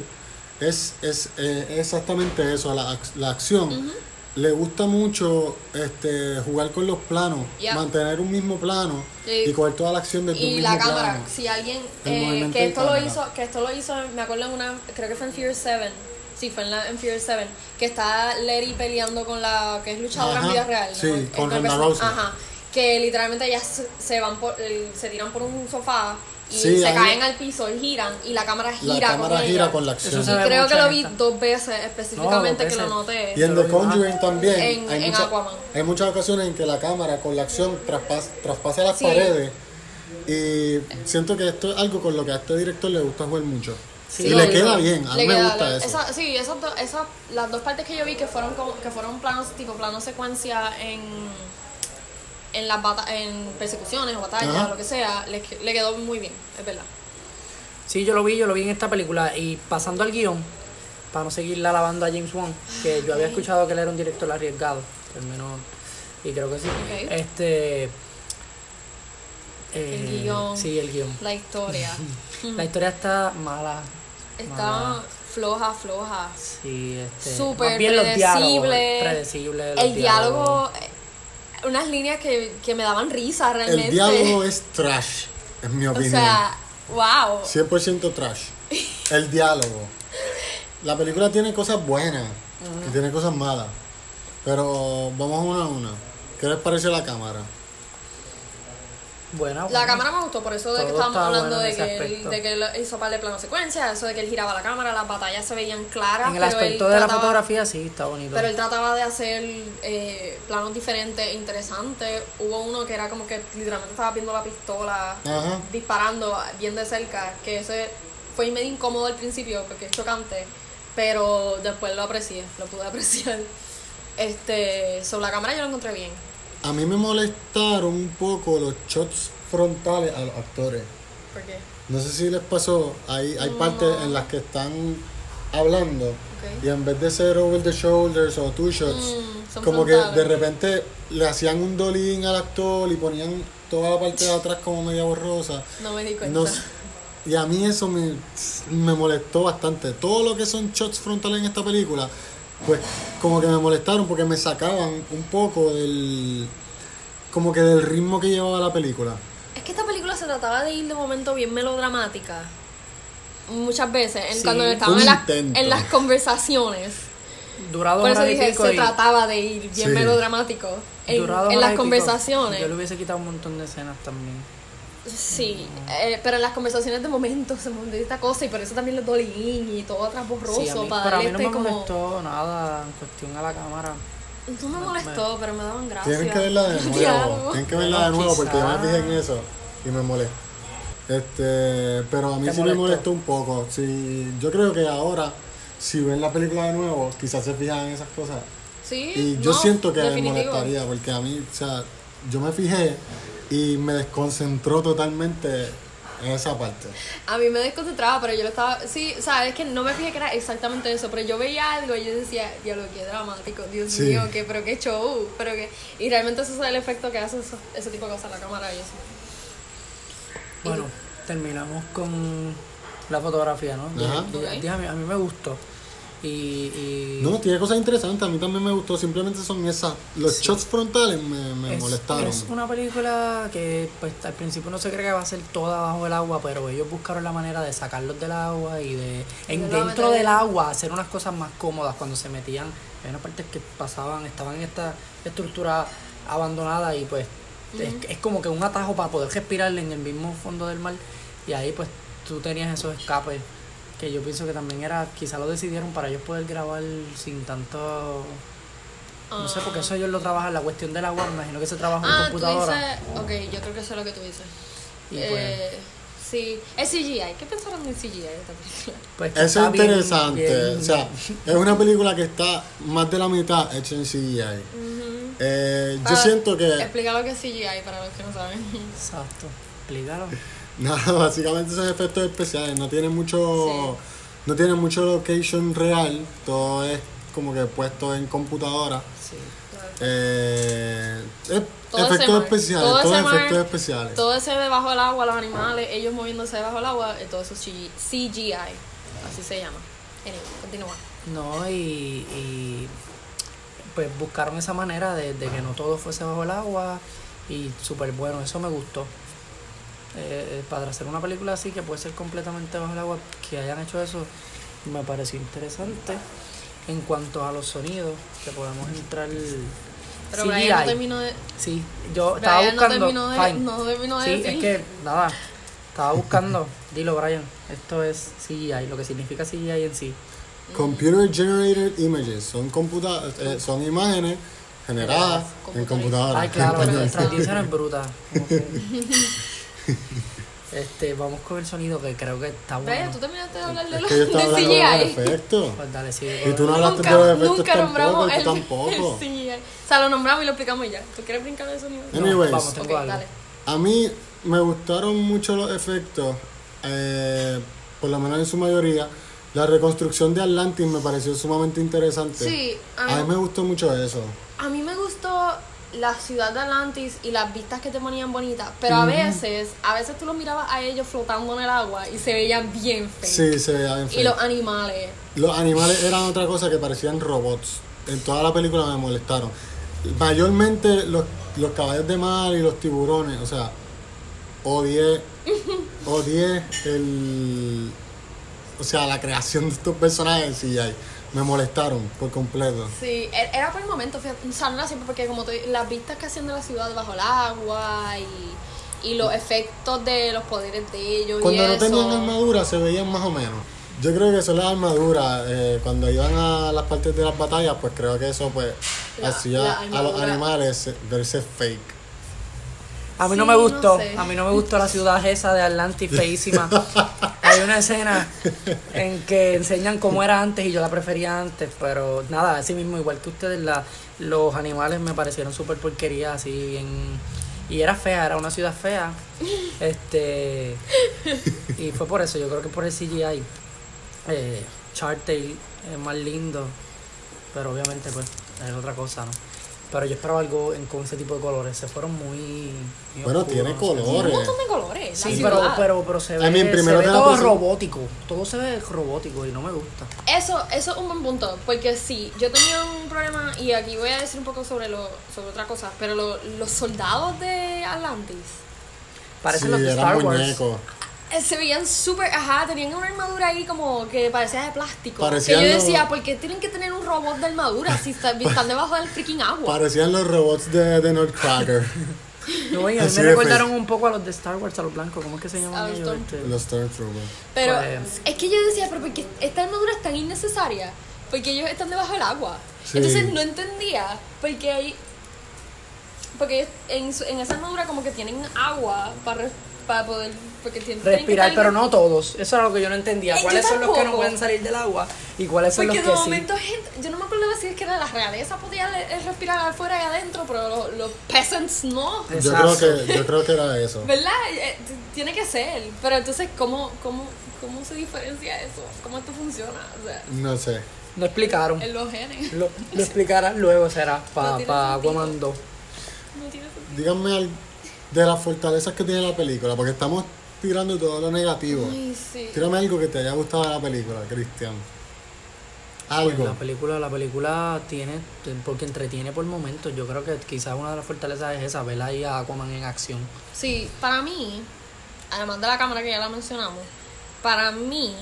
Speaker 2: es, es eh, exactamente eso, la, ac- la acción. Le gusta mucho este, jugar con los planos,
Speaker 3: Yeah.
Speaker 2: mantener un mismo plano
Speaker 3: Sí.
Speaker 2: y coger toda la acción desde un
Speaker 3: y
Speaker 2: mismo
Speaker 3: la cámara
Speaker 2: plano.
Speaker 3: si alguien
Speaker 2: El
Speaker 3: eh,
Speaker 2: movimiento
Speaker 3: que
Speaker 2: de
Speaker 3: esto lo
Speaker 2: cámara.
Speaker 3: hizo que esto lo hizo me acuerdo en una creo que fue en Fear 7 sí fue en, la, en Fear 7 que está Larry peleando con la que es luchadora
Speaker 2: Ajá,
Speaker 3: en vida real ¿no?
Speaker 2: sí,
Speaker 3: El
Speaker 2: con
Speaker 3: golpe-
Speaker 2: Ronda Rousey.
Speaker 3: ajá que literalmente ellas se- se van por el- se tiran por un sofá y
Speaker 2: Sí,
Speaker 3: se
Speaker 2: ahí-
Speaker 3: caen al piso y giran y la cámara gira
Speaker 2: La cámara
Speaker 3: con
Speaker 2: gira
Speaker 3: ellas.
Speaker 2: con la acción.
Speaker 1: Eso se ve
Speaker 3: creo
Speaker 1: mucho
Speaker 3: que lo
Speaker 1: en
Speaker 3: vi
Speaker 1: esta.
Speaker 3: dos veces específicamente que
Speaker 1: veces.
Speaker 3: lo noté
Speaker 2: Y en
Speaker 1: Pero
Speaker 2: The
Speaker 1: lo demás-
Speaker 2: Conjuring también
Speaker 3: En-
Speaker 2: hay,
Speaker 3: en
Speaker 2: mucha-
Speaker 3: Aquaman.
Speaker 2: hay muchas ocasiones en que la cámara con la acción traspas- traspasa las
Speaker 3: Sí.
Speaker 2: paredes y siento que esto es algo con lo que a este director le gusta jugar mucho.
Speaker 1: Sí,
Speaker 2: y
Speaker 1: lo
Speaker 2: le
Speaker 1: vi.
Speaker 2: queda bien, a mí
Speaker 3: Le
Speaker 2: me
Speaker 3: queda-
Speaker 2: gusta
Speaker 3: le-
Speaker 2: eso.
Speaker 3: esa- sí, esas do- esas- las dos partes que yo vi que fueron como- que fueron planos tipo plano secuencia en en las bata- en persecuciones o batallas
Speaker 2: Ajá.
Speaker 3: o lo que sea, le, que- le quedó muy bien, es verdad.
Speaker 1: Sí, yo lo vi, yo lo vi en esta película. Y pasando al guión, para no seguirla alabando a James Wan, que yo había escuchado que él era un director arriesgado, al menos, y creo que sí.
Speaker 3: Ok.
Speaker 1: Este.
Speaker 3: El
Speaker 1: eh,
Speaker 3: guión.
Speaker 1: Sí, el guión.
Speaker 3: La historia
Speaker 1: La historia está mala.
Speaker 3: está
Speaker 1: mala.
Speaker 3: floja, floja.
Speaker 1: Sí, este.
Speaker 3: súper
Speaker 1: más bien los diálogos,
Speaker 3: predecible.
Speaker 1: predecible, los
Speaker 3: El
Speaker 1: diálogos.
Speaker 3: diálogo, eh, unas líneas que, que me daban risa realmente.
Speaker 2: El diálogo es trash, en mi
Speaker 3: o
Speaker 2: opinión.
Speaker 3: sea, wow.
Speaker 2: 100% trash. El diálogo. La película tiene cosas buenas y tiene cosas malas. Pero vamos una a una. ¿Qué les parece la cámara?
Speaker 1: Buena,
Speaker 3: La
Speaker 1: buena.
Speaker 3: cámara me gustó, por eso de que
Speaker 1: Todo
Speaker 3: estábamos
Speaker 1: está
Speaker 3: hablando
Speaker 1: bueno en
Speaker 3: de
Speaker 1: ese
Speaker 3: que, él,
Speaker 1: aspecto.
Speaker 3: de que él hizo par de plano secuencia, eso de que él giraba la cámara, las batallas se veían claras.
Speaker 1: En el
Speaker 3: pero
Speaker 1: aspecto
Speaker 3: él
Speaker 1: de la
Speaker 3: trataba-
Speaker 1: fotografía sí está bonito.
Speaker 3: Pero él trataba de hacer eh, planos diferentes, e interesantes. Hubo uno que era como que literalmente estaba viendo la pistola,
Speaker 2: Ajá.
Speaker 3: disparando bien de cerca, que ese fue medio incómodo al principio porque es chocante, pero después lo aprecié, lo pude apreciar. Este, sobre la cámara yo lo encontré bien.
Speaker 2: A mí me molestaron un poco los shots frontales a los actores.
Speaker 3: Porque,
Speaker 2: No sé si les pasó, hay, hay partes en las que están hablando
Speaker 3: Ok.
Speaker 2: y en vez de ser over the shoulders o two shots,
Speaker 3: Mm, son
Speaker 2: como que de
Speaker 3: frontales.
Speaker 2: repente le hacían un dolín al actor y ponían toda la parte de atrás como media borrosa.
Speaker 3: no me di cuenta.
Speaker 2: No sé. y a mí eso me, me molestó bastante. Todo lo que son shots frontales en esta película, pues como que me molestaron porque me sacaban un poco del como que del ritmo que llevaba la película.
Speaker 3: Es que esta película se trataba de ir de momento bien melodramática. Muchas veces, en,
Speaker 1: Sí,
Speaker 3: cuando
Speaker 2: un
Speaker 3: estaban en, las-
Speaker 2: intento.
Speaker 3: en las conversaciones.
Speaker 1: Durado
Speaker 3: Por eso
Speaker 1: hora y
Speaker 3: dije,
Speaker 1: pico
Speaker 3: se
Speaker 1: y-
Speaker 3: trataba de ir bien
Speaker 2: Sí.
Speaker 3: melodramático. En,
Speaker 1: durado hora
Speaker 3: en
Speaker 1: y
Speaker 3: las
Speaker 1: pico.
Speaker 3: conversaciones.
Speaker 1: Yo le hubiese quitado un montón de escenas también.
Speaker 3: Sí, eh, pero en las conversaciones de momento se me esta cosa y por eso también los dolín y todo atrás borroso
Speaker 1: Sí, a mí-
Speaker 3: para
Speaker 1: pero a
Speaker 3: darle
Speaker 1: mí no
Speaker 3: este
Speaker 1: me
Speaker 3: como.
Speaker 1: molestó nada en cuestión a la cámara.
Speaker 3: No me molestó, pero me daban gracia.
Speaker 2: Tienen que verla de nuevo,
Speaker 3: Claro.
Speaker 2: tienen que verla de
Speaker 1: Bueno,
Speaker 2: nuevo porque yo me
Speaker 1: quizá.
Speaker 2: fijé en eso y me molestó. Este, pero a mí
Speaker 1: ¿Te
Speaker 2: sí me
Speaker 1: molestó?
Speaker 2: molestó un poco. Sí, yo creo que ahora si ven la película de nuevo, quizás se fijan en esas cosas.
Speaker 3: Sí,
Speaker 2: Y yo
Speaker 3: no,
Speaker 2: siento que
Speaker 3: definitivo.
Speaker 2: me molestaría porque a mí, o sea, yo me fijé y me desconcentró totalmente en esa parte.
Speaker 3: A mí me desconcentraba, pero yo lo estaba. Sí, o sea, es que no me fijé que era exactamente eso, pero yo veía algo y yo decía, diablo, qué dramático, Dios
Speaker 2: Sí.
Speaker 3: mío, que, pero qué show, pero que. Y realmente eso es el efecto que hace eso- ese tipo de cosas la cámara y eso.
Speaker 1: Bueno, terminamos con la fotografía, ¿no?
Speaker 2: Ajá.
Speaker 1: Dije- dije, a, mí, a mí me gustó. Y, y
Speaker 2: No, tiene cosas interesantes, a mí también me gustó, simplemente son esas, los shots frontales me, me
Speaker 1: es,
Speaker 2: molestaron.
Speaker 1: es una película que pues, al principio no se cree que va a ser toda bajo el agua, pero ellos buscaron la manera de sacarlos del agua y de en,
Speaker 3: lo
Speaker 1: dentro
Speaker 3: meter-
Speaker 1: del agua hacer unas cosas más cómodas cuando se metían. Hay unas partes que pasaban, estaban en esta estructura abandonada y pues es, es como que un atajo para poder respirar en el mismo fondo del mar y ahí pues tú tenías esos escapes que yo pienso que también era, quizá lo decidieron para ellos poder grabar sin tanto... No sé, porque eso ellos lo trabajan, la cuestión del agua, me imagino que se trabaja en
Speaker 3: Ah, tú
Speaker 1: computadora.
Speaker 3: dices. Ok, yo creo que eso es lo que tú dices.
Speaker 1: Y pues-
Speaker 3: eh, sí, es CGI. ¿Qué pensaron del CGI de esta película?
Speaker 1: Pues que
Speaker 2: Eso
Speaker 1: está
Speaker 2: es
Speaker 1: bien-
Speaker 2: interesante.
Speaker 1: bien-
Speaker 2: O sea, es una película que está más de la mitad hecha en CGI. Eh, yo
Speaker 1: Ah,
Speaker 3: Para-
Speaker 2: siento que.
Speaker 3: Explica lo que es CGI para los que no saben.
Speaker 1: Exacto. Explícalo.
Speaker 2: Nada, básicamente esos efectos especiales no tienen mucho. No tienen mucho location real. Todo es como que puesto en computadora.
Speaker 1: Sí.
Speaker 2: Eh, es-
Speaker 3: Todo ese
Speaker 2: efectos
Speaker 3: mar,
Speaker 2: especiales,
Speaker 3: todo
Speaker 2: todos
Speaker 3: ese mar,
Speaker 2: efectos especiales.
Speaker 3: Todo ese debajo del agua, los animales, ellos moviéndose debajo del agua, eh, todo eso es CGI. CGI, Así se llama. Anyway, continúa.
Speaker 1: No, y, y, pues buscaron esa manera de, de que no todo fuese bajo el agua y súper bueno, eso me gustó. Eh, eh, para hacer una película así que puede ser completamente bajo el agua, que hayan hecho eso me pareció interesante. En cuanto a los sonidos, que podemos entrar...
Speaker 3: Pero
Speaker 1: CGI.
Speaker 3: Brian no terminó de.
Speaker 1: Sí, yo estaba
Speaker 3: Brian no
Speaker 1: buscando.
Speaker 3: terminó de-
Speaker 1: Fine.
Speaker 3: no terminó de
Speaker 1: sí,
Speaker 3: decir.
Speaker 1: es que nada, estaba buscando. Dilo, Brian. Esto es CGI, lo que significa CGI en sí.
Speaker 2: Computer Generated Images son, computa eh, son imágenes generadas en
Speaker 3: Computarizadas.
Speaker 2: computadora.
Speaker 1: Ay, claro,
Speaker 2: en
Speaker 1: nuestra
Speaker 2: español.
Speaker 1: audiencia no es bruta. como que- Este, vamos con el sonido que creo que está
Speaker 3: Brian,
Speaker 1: bueno.
Speaker 3: tú terminaste de hablar de,
Speaker 2: Es
Speaker 3: lo-
Speaker 2: que yo estaba
Speaker 3: de
Speaker 2: hablando de los
Speaker 3: CGI.
Speaker 2: efectos.
Speaker 1: Pues dale, sí.
Speaker 2: Y tú no hablaste
Speaker 3: Nunca,
Speaker 2: de los efectos
Speaker 3: nunca
Speaker 2: tampoco,
Speaker 3: nombramos
Speaker 2: y
Speaker 3: el,
Speaker 2: tú tampoco.
Speaker 3: el CGI. O sea, lo nombramos y lo explicamos y ya. ¿Tú quieres brincar de sonido?
Speaker 1: No,
Speaker 2: Anyways.
Speaker 1: vamos, tengo
Speaker 3: Ok,
Speaker 1: algo.
Speaker 3: dale.
Speaker 2: A mí me gustaron mucho los efectos, eh, por lo menos en su mayoría. La reconstrucción de Atlantis me pareció sumamente interesante.
Speaker 3: Sí,
Speaker 2: A mí me gustó mucho eso.
Speaker 3: A mí me gustó la ciudad de Atlantis y las vistas que te ponían bonitas, pero a veces, a veces tú los mirabas a ellos flotando en el agua y se veían bien feos.
Speaker 2: Sí, se veía bien
Speaker 3: Y
Speaker 2: feo.
Speaker 3: los animales.
Speaker 2: Los animales eran otra cosa que parecían robots. En toda la película me molestaron. Mayormente los, los caballos de mar y los tiburones. O sea, odié, odié el... O sea, la creación de estos personajes y ahí me molestaron por completo.
Speaker 3: Sí, e- era por el momento, fíjate, o sea, no era siempre porque como te- las vistas que hacían de la ciudad bajo el agua y, y los efectos de los poderes de ellos.
Speaker 2: Cuando
Speaker 3: y
Speaker 2: no
Speaker 3: eso.
Speaker 2: tenían armadura se veían más o menos. Yo creo que son las armaduras. eh, cuando iban a las partes de las batallas, pues creo que eso pues
Speaker 3: La-
Speaker 2: hacía
Speaker 3: la
Speaker 2: a los
Speaker 3: armadura.
Speaker 2: animales verse fake.
Speaker 1: A mí no
Speaker 3: Sí,
Speaker 1: me
Speaker 3: no
Speaker 1: gustó,
Speaker 3: sé.
Speaker 1: a mí no me gustó la ciudad esa de Atlantis feísima. Hay una escena en que enseñan cómo era antes y yo la prefería antes, pero nada, así mismo, igual que ustedes, la, los animales me parecieron súper porquería, así bien... Y era fea, era una ciudad fea. Este... Y fue por eso, yo creo que por el CGI. Eh, Chartail es más lindo, pero obviamente pues es otra cosa, ¿no? Pero yo esperaba algo en- con ese tipo de colores, se fueron muy... muy
Speaker 2: Bueno,
Speaker 1: oscuros,
Speaker 2: tiene
Speaker 1: no sé.
Speaker 3: Un
Speaker 2: colores.
Speaker 3: montón de colores. la
Speaker 1: Sí,
Speaker 3: ciudad.
Speaker 1: pero, pero, pero se ve,
Speaker 2: I mean,
Speaker 1: se
Speaker 2: primero pues, te
Speaker 1: ve
Speaker 2: la
Speaker 1: todo
Speaker 2: pusieron-
Speaker 1: robótico. Todo se ve robótico y no me gusta.
Speaker 3: Eso, eso es un buen punto, porque sí, yo tenía un problema, y aquí voy a decir un poco sobre lo, sobre otra cosa, pero lo- los soldados de Atlantis
Speaker 1: Parecen
Speaker 2: Sí,
Speaker 1: los de
Speaker 2: eran
Speaker 1: Star Wars.
Speaker 2: muñecos.
Speaker 3: eh, se veían súper, ajá, tenían una armadura ahí como que parecía de plástico.
Speaker 2: Parecían
Speaker 3: que yo
Speaker 2: los-
Speaker 3: decía, ¿por qué tienen que tener un robot de armadura si está- están debajo del freaking agua?
Speaker 2: Parecían los robots de, de Nutcracker,
Speaker 1: No, y a mí
Speaker 2: Así
Speaker 1: me
Speaker 2: de
Speaker 1: recordaron
Speaker 2: feo.
Speaker 1: un poco a los de Star Wars, a los blancos. ¿Cómo es que se
Speaker 3: A
Speaker 1: llaman
Speaker 3: los
Speaker 1: ellos?
Speaker 3: Storm-
Speaker 1: Este,
Speaker 2: los Stormtroopers.
Speaker 3: Pero
Speaker 1: Pues-
Speaker 3: es que yo decía, pero porque esta armadura es tan innecesaria, porque ellos están debajo del agua.
Speaker 2: Sí.
Speaker 3: Entonces no entendía porque hay porque ellos en, su- en esa armadura como que tienen agua para, re- para poder porque tienen, tienen que
Speaker 1: Respirar,
Speaker 3: estar-
Speaker 1: pero no todos. Eso era lo que yo no entendía.
Speaker 3: Eh, yo
Speaker 1: ¿Cuáles son los que no
Speaker 3: tampoco.
Speaker 1: pueden salir del agua? ¿Y cuáles son
Speaker 3: porque de
Speaker 1: los que sí?
Speaker 3: momento gente, yo no me acuerdo si es que era la realeza podía le- eh, respirar afuera y adentro, pero los, los peasants no.
Speaker 2: Yo
Speaker 1: Exacto.
Speaker 2: creo, que, yo creo que era eso.
Speaker 3: ¿Verdad? Eh, t- tiene que ser. Pero entonces, ¿cómo, cómo, ¿cómo se diferencia eso? ¿Cómo esto funciona? O sea,
Speaker 2: No sé.
Speaker 1: No explicaron.
Speaker 3: en los genes.
Speaker 1: Lo, lo explicarán luego, será.
Speaker 3: No
Speaker 1: Para
Speaker 3: tiene
Speaker 1: pa
Speaker 3: sentido.
Speaker 1: Aquaman 2.
Speaker 3: No tiene sentido.
Speaker 2: Díganme al- de las fortalezas que tiene la película, porque estamos tirando todo lo negativo.
Speaker 3: Ay, sí.
Speaker 2: Tírame algo que te haya gustado de la película, Cristian. Algo.
Speaker 1: La película, la película tiene, porque entretiene por momentos. Yo creo que quizás una de las fortalezas es esa, ver ahí a Aquaman en acción.
Speaker 3: Sí, para mí, además de la cámara que ya la mencionamos, para mí,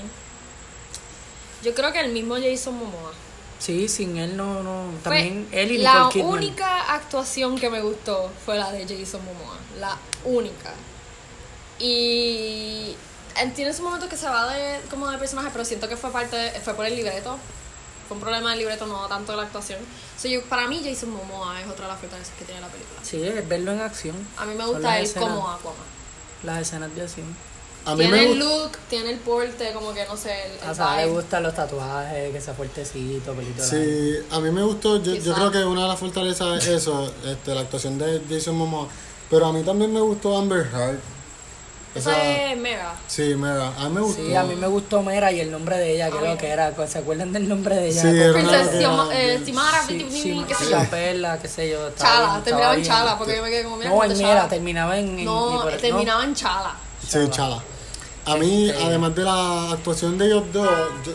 Speaker 3: yo creo que el mismo Jason Momoa.
Speaker 1: Sí, sin él no, no.
Speaker 3: Fue
Speaker 1: También él y
Speaker 3: Pues, La
Speaker 1: Nicole Kidman.
Speaker 3: única actuación que me gustó fue la de Jason Momoa. La única. Y él tiene su momento que se va de, como de personaje, pero siento que fue parte de- fue por el libreto. Fue un problema del libreto, no tanto de la actuación. So, yo- para mí Jason Momoa es otra de las fortalezas que tiene la película.
Speaker 1: Sí, es verlo en acción.
Speaker 3: A mí me
Speaker 1: Son
Speaker 3: gusta
Speaker 1: las
Speaker 3: él
Speaker 1: escenas-
Speaker 3: como Aquaman.
Speaker 1: Las escenas de acción.
Speaker 2: A mí
Speaker 3: tiene
Speaker 2: me
Speaker 3: el
Speaker 2: gustó.
Speaker 3: look, tiene el porte, como que no sé, el, el
Speaker 1: A Sara le
Speaker 3: vibe.
Speaker 1: gustan los tatuajes, que sea fuertecito, pelito largo.
Speaker 2: Sí, a mí me gustó. Yo, yo
Speaker 3: Quizá.
Speaker 2: creo que una de las fortalezas es eso, este, la actuación de Jason Momoa. Pero a mí también me gustó Amber Heard. O
Speaker 3: Eso
Speaker 2: sea,
Speaker 3: es Mera.
Speaker 2: sí, mira, a mí me gustó.
Speaker 1: Sí, a mí me gustó Mera y el nombre de ella, creo
Speaker 3: Ay.
Speaker 1: que era. ¿Se acuerdan del nombre de ella?
Speaker 2: Sí, era una-
Speaker 3: Princesa
Speaker 2: que
Speaker 3: Sima-
Speaker 2: era-
Speaker 3: eh, Simara,
Speaker 1: Sí, sí,
Speaker 3: qué sé yo.
Speaker 1: la perla, qué sé yo. estaba bien,
Speaker 3: Chala,
Speaker 1: estaba
Speaker 3: terminaba en
Speaker 1: bien.
Speaker 3: Chala, porque yo me quedé como, mira,
Speaker 1: No,
Speaker 3: ¿cómo
Speaker 1: en
Speaker 3: te
Speaker 1: Mera,
Speaker 3: Chala?
Speaker 1: terminaba en. en-
Speaker 3: No, eh,
Speaker 1: y por-
Speaker 3: terminaba en Chala.
Speaker 2: Sí, chala. A mí,
Speaker 1: Este-
Speaker 2: además de la actuación de ellos dos, yo-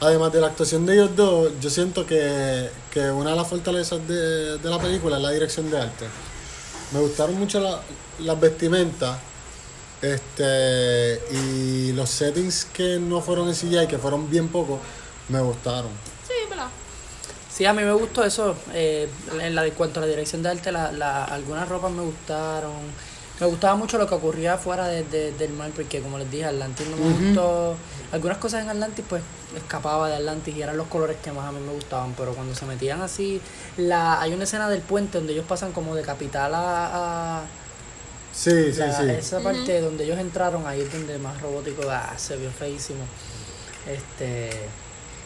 Speaker 2: además de la actuación de ellos dos, yo siento que, que una de las fortalezas de, de la película es la dirección de arte. Me gustaron mucho la- las vestimentas este, y los settings que no fueron en CGI, que fueron bien pocos, me gustaron.
Speaker 3: Sí, ¿verdad?
Speaker 1: Sí, a mí me gustó eso. eh, en, la, en cuanto a la dirección de arte, la, la- algunas ropas me gustaron. Me gustaba mucho lo que ocurría fuera de- de- del mar, porque como les dije, Atlantis no me gustó. Algunas cosas en Atlantis, pues, escapaba de Atlantis y eran los colores que más a mí me gustaban. Pero cuando se metían así, la hay una escena del puente donde ellos pasan como de capital a... a-
Speaker 2: Sí, sí,
Speaker 1: la-
Speaker 2: sí.
Speaker 1: Esa parte donde ellos entraron, ahí es donde más robótico ah, se vio feísimo. Este,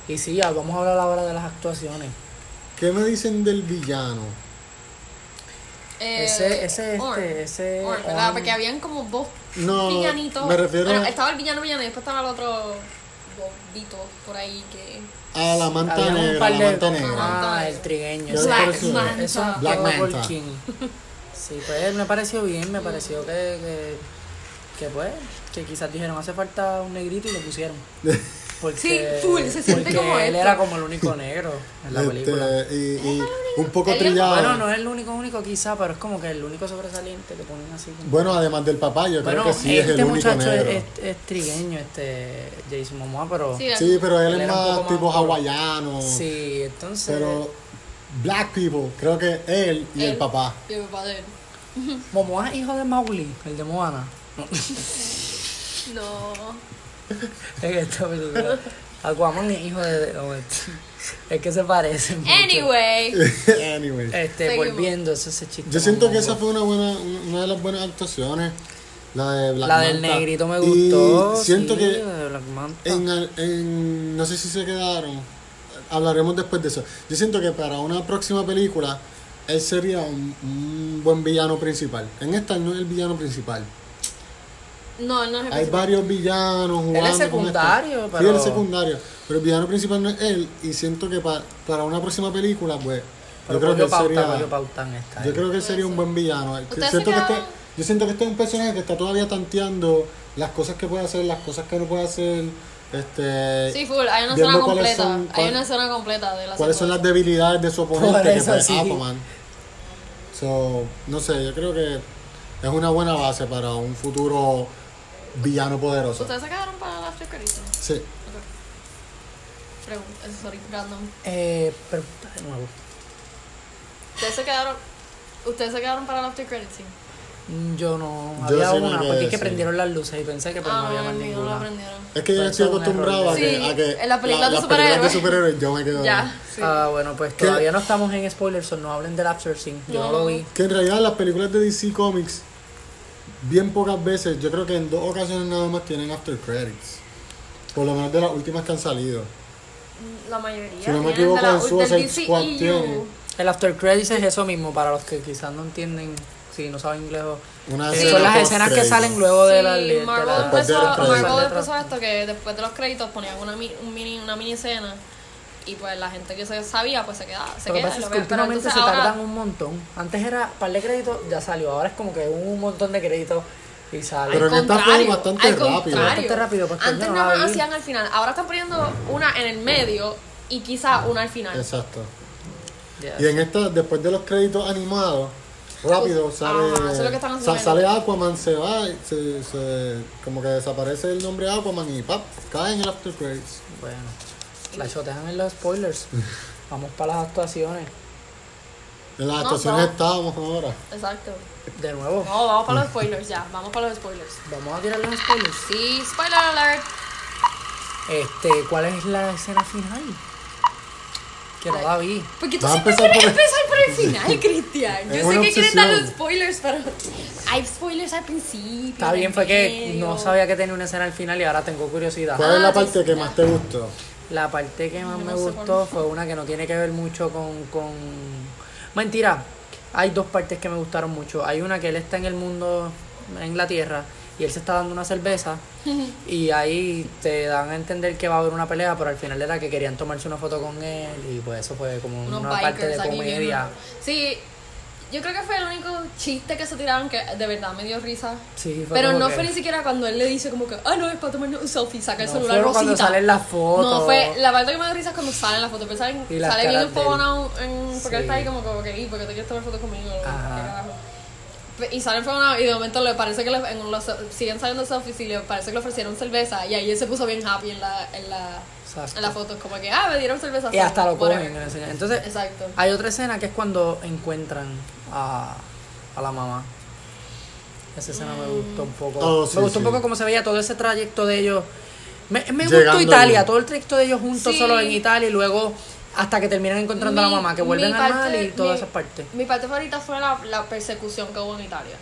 Speaker 1: y sí, ah, vamos a hablar ahora de las actuaciones.
Speaker 2: ¿Qué me dicen del villano?
Speaker 3: Eh,
Speaker 1: Ese, ese, este,
Speaker 3: Orm.
Speaker 1: ese.
Speaker 3: Orm, ¿verdad?
Speaker 1: Orm.
Speaker 3: ah, Porque habían como dos
Speaker 2: No,
Speaker 3: villanitos.
Speaker 2: me refiero
Speaker 3: Bueno,
Speaker 2: a-
Speaker 3: estaba el villano villano y después estaba el otro bobito por ahí que...
Speaker 2: A la manta
Speaker 1: Había un
Speaker 2: negra,
Speaker 1: par
Speaker 2: la
Speaker 1: de-
Speaker 2: manta negra.
Speaker 1: Ah,
Speaker 3: Manta.
Speaker 1: el trigueño.
Speaker 2: Yo
Speaker 1: sí.
Speaker 2: Black
Speaker 1: Eso-
Speaker 2: Manta.
Speaker 1: Eso es
Speaker 2: Black
Speaker 1: todo
Speaker 2: Manta.
Speaker 1: por King. Sí, pues me pareció bien, me pareció que, que, que, pues, que quizás dijeron hace falta un negrito y lo pusieron. Porque,
Speaker 3: Sí, full, se siente
Speaker 1: porque
Speaker 3: como
Speaker 1: él
Speaker 3: esto.
Speaker 1: era como el único negro en la película.
Speaker 2: Este, y, y un poco
Speaker 3: Él es-
Speaker 2: trillado.
Speaker 1: Bueno,
Speaker 2: Bueno,
Speaker 1: no es el único único quizá, pero es como que el único sobresaliente que ponen así. como-
Speaker 2: además del papá, yo
Speaker 1: Bueno,
Speaker 2: creo que sí es
Speaker 1: este
Speaker 2: el único
Speaker 1: muchacho es,
Speaker 2: negro.
Speaker 1: es- es trigueño, este Jason Momoa, pero
Speaker 3: Sí,
Speaker 2: sí, pero él,
Speaker 1: él
Speaker 2: es
Speaker 1: era un
Speaker 2: más
Speaker 1: poco más
Speaker 2: tipo
Speaker 1: oscuro.
Speaker 2: hawaiano.
Speaker 1: sí, entonces
Speaker 2: Pero Black People, creo que él y el
Speaker 3: Él
Speaker 2: papá.
Speaker 3: Y el papá de él.
Speaker 1: Momoa es hijo de Mauli, el de Moana.
Speaker 3: No.
Speaker 1: En esta película. Aquaman es hijo de. no, es- es que se parecen. mucho.
Speaker 3: Anyway.
Speaker 2: anyway.
Speaker 1: Este,
Speaker 3: Seguimos.
Speaker 1: volviendo, eso es ese chiste.
Speaker 2: Yo siento
Speaker 1: mongo.
Speaker 2: que esa fue una buena, una de las buenas actuaciones. La de Black
Speaker 1: La del
Speaker 2: Manta.
Speaker 1: negrito me
Speaker 2: Y
Speaker 1: gustó.
Speaker 2: siento
Speaker 1: sí,
Speaker 2: que
Speaker 1: de Black Manta.
Speaker 2: en, al- en- no sé si se quedaron. Hablaremos después de eso. Yo siento que para una próxima película él sería un, un buen villano principal. En esta él no es el villano principal.
Speaker 3: No, él no es el
Speaker 2: Hay
Speaker 3: principal.
Speaker 2: varios villanos jugando.
Speaker 1: Él es
Speaker 2: con
Speaker 1: secundario,
Speaker 2: esto.
Speaker 1: pero-
Speaker 2: Sí, él es secundario. Pero el villano principal no es él. Y siento que pa- para una próxima película, pues.
Speaker 1: Pero
Speaker 2: yo creo que él
Speaker 1: cogió pauta,
Speaker 2: sería.
Speaker 1: cogió pauta en esta.
Speaker 2: Yo creo que él sería un buen villano. Que
Speaker 3: ¿Ustedes
Speaker 2: siento
Speaker 3: se
Speaker 2: que este-
Speaker 3: quedaron?
Speaker 2: yo siento que este es un personaje que está todavía tanteando las cosas que puede hacer, las cosas que no puede hacer, este,
Speaker 3: Sí, full. Hay una
Speaker 2: Viendo
Speaker 3: escena
Speaker 2: cuáles
Speaker 3: completa.
Speaker 2: son-
Speaker 3: Hay
Speaker 2: cuál-
Speaker 3: una escena completa de la
Speaker 2: cuáles son las debilidades de su
Speaker 1: Por
Speaker 2: oponente, que
Speaker 1: eso,
Speaker 2: fue
Speaker 1: sí.
Speaker 2: Aquaman. So, no sé, yo creo que es una buena base para un futuro villano poderoso.
Speaker 3: ¿Ustedes se quedaron para las tres caritas?
Speaker 2: Sí.
Speaker 3: Pregunta, eh, sorry, random.
Speaker 1: Eh, pregunta de nuevo.
Speaker 3: ¿Ustedes se quedaron, ustedes se quedaron para el after credit scene?
Speaker 1: Yo no.
Speaker 2: Yo
Speaker 1: había
Speaker 2: sí me
Speaker 1: una,
Speaker 2: quedé,
Speaker 1: porque es que
Speaker 2: sí.
Speaker 1: prendieron las luces y pensé que pues, no había
Speaker 3: Ay,
Speaker 1: más
Speaker 3: mío, Ah, no lo
Speaker 1: ninguna.
Speaker 3: aprendieron.
Speaker 2: Es que yo
Speaker 1: Pues
Speaker 2: estoy
Speaker 1: eso es un
Speaker 2: acostumbrado a
Speaker 1: error
Speaker 2: que,
Speaker 3: de-
Speaker 2: a que
Speaker 3: Sí, en las películas de
Speaker 2: las películas de
Speaker 3: superhéroes.
Speaker 2: superhéroes yo me quedo.
Speaker 3: Ya, sí.
Speaker 1: Ah, bueno, pues
Speaker 2: ¿Qué?
Speaker 1: todavía no estamos en spoilers, so no hablen del after scene. Yo no,
Speaker 3: No.
Speaker 1: lo vi.
Speaker 2: Que en realidad las películas de DC Comics, bien pocas veces, yo creo que en dos ocasiones nada más tienen after credits. Por lo menos de las últimas que han salido.
Speaker 3: la mayoría.
Speaker 2: Si no me
Speaker 3: vienen de
Speaker 2: equivoco,
Speaker 3: la-
Speaker 2: en Suicide
Speaker 3: del E DCEU.
Speaker 2: Squad tiene.
Speaker 1: El after credits es eso mismo, para los que quizás no entienden, si no saben inglés o...
Speaker 2: Una
Speaker 1: Eh,
Speaker 2: escena
Speaker 1: son las
Speaker 2: post
Speaker 1: escenas que
Speaker 2: credits.
Speaker 1: salen luego de la...
Speaker 3: Sí,
Speaker 1: de la-
Speaker 3: Marvel
Speaker 2: Después de
Speaker 3: empezó,
Speaker 2: los créditos.
Speaker 3: Marvel empezó esto que después de los créditos ponían una, mi- un mini, una mini escena y pues la gente que se sabía pues se quedaba. Se
Speaker 1: Lo que
Speaker 3: queda,
Speaker 1: pasa
Speaker 3: y
Speaker 1: es
Speaker 3: lo
Speaker 1: que
Speaker 3: ve. Pero
Speaker 1: últimamente
Speaker 3: entonces
Speaker 1: se
Speaker 3: ahora-
Speaker 1: tardan un montón. Antes era par de créditos, ya salió. Ahora es como que un montón de créditos y sale.
Speaker 2: Pero en esta fue
Speaker 3: contrario,
Speaker 2: bastante
Speaker 3: al
Speaker 2: rápido.
Speaker 3: contrario.
Speaker 1: Bastante rápido, pues, coño,
Speaker 3: Antes
Speaker 1: no
Speaker 3: nada
Speaker 1: la
Speaker 3: más
Speaker 1: vi.
Speaker 3: hacían al final. Ahora están poniendo una en el medio y quizá una al final.
Speaker 2: Exacto.
Speaker 1: Yes.
Speaker 2: Y en esta, después de los créditos animados, rápido
Speaker 3: Pues,
Speaker 2: sale,
Speaker 3: ajá, eso es lo que están haciendo.
Speaker 2: sa- sale Aquaman, se va, y se, se- como que desaparece el nombre Aquaman y pap, cae en el after credits.
Speaker 1: Bueno, la chotean en los spoilers. Vamos para las actuaciones.
Speaker 2: En las
Speaker 3: No,
Speaker 2: actuaciones
Speaker 3: no.
Speaker 2: estábamos ahora.
Speaker 3: Exacto.
Speaker 1: De nuevo,
Speaker 3: No, vamos para los spoilers ya. Vamos para los spoilers.
Speaker 1: vamos a tirar los spoilers.
Speaker 3: Sí, spoiler alert.
Speaker 1: Este, ¿cuál es la escena final? Que no la vi.
Speaker 3: Porque tú
Speaker 2: Vas a
Speaker 3: siempre
Speaker 2: empezar
Speaker 3: quieres
Speaker 2: por el-
Speaker 3: empezar por el final, Cristian.
Speaker 2: Es
Speaker 3: Yo sé
Speaker 2: una
Speaker 3: que quieres dar los
Speaker 2: obsesión.
Speaker 3: spoilers, pero hay spoilers al principio.
Speaker 1: Está bien, fue que no
Speaker 3: sabía
Speaker 1: sabía que tenía una escena al final y ahora tengo curiosidad.
Speaker 2: ¿Cuál es
Speaker 3: Ah,
Speaker 2: la
Speaker 3: sí,
Speaker 2: parte que
Speaker 3: sí.
Speaker 2: más te gustó?
Speaker 1: La parte que más
Speaker 3: Yo
Speaker 1: me
Speaker 3: no sé
Speaker 1: gustó fue una que no tiene que ver mucho con, con... Mentira, hay dos partes que me gustaron mucho. Hay una que él está en el mundo, en la tierra, y él se está dando una cerveza, y ahí te dan a entender que va a haber una pelea, pero al final era que querían tomarse una foto con él, y pues eso fue como
Speaker 3: unos
Speaker 1: una
Speaker 3: bikers
Speaker 1: parte de
Speaker 3: aquí bien
Speaker 1: comedia.
Speaker 3: raros. Sí, yo creo que fue el único chiste que se tiraron que de verdad me dio risa.
Speaker 1: Sí, fue
Speaker 3: Pero
Speaker 1: como
Speaker 3: no
Speaker 1: que-
Speaker 3: fue ni siquiera cuando él le dice como que, ah, no, es para tomarnos un selfie, saca el
Speaker 1: No,
Speaker 3: celular
Speaker 1: fue cuando
Speaker 3: rosita.
Speaker 1: salen las fotos.
Speaker 3: No, fue la parte que me dio risa es cuando salen las fotos, pero salen,
Speaker 1: Y las
Speaker 3: sale bien
Speaker 1: caras de él.
Speaker 3: enfogonado en, porque él está
Speaker 1: Sí.
Speaker 3: ahí como que, ok, porque te quieres tomar fotos conmigo, ¿Qué
Speaker 1: Ajá.
Speaker 3: carajo? Pe- Y sale enfogonado y de momento le parece que le, en los- siguen saliendo selfies y le parece que le ofrecieron cerveza y ahí él se puso bien happy en la, en la,
Speaker 1: Exacto.
Speaker 3: en la foto, como que, ah, me dieron cerveza.
Speaker 1: Y hasta lo
Speaker 3: whatever.
Speaker 1: cogen. lo enseñan. Entonces,
Speaker 3: Exacto.
Speaker 1: Hay otra escena que es cuando encuentran a, a la mamá. Esa escena
Speaker 3: Mm.
Speaker 1: me gustó un poco.
Speaker 2: Oh, sí,
Speaker 1: me gustó
Speaker 2: sí.
Speaker 1: un poco cómo se veía todo ese trayecto de ellos. Me, me
Speaker 2: Llegando
Speaker 1: gustó Italia,
Speaker 2: ahí.
Speaker 1: todo el trayecto de ellos juntos
Speaker 3: Sí.
Speaker 1: solo en Italia y luego hasta que terminan encontrando a la
Speaker 3: Mi-
Speaker 1: mamá, que vuelven
Speaker 3: mi
Speaker 1: al mar
Speaker 3: parte-
Speaker 1: y todas
Speaker 3: mi-
Speaker 1: esas partes.
Speaker 3: Mi parte favorita fue la, la persecución que hubo en Italia.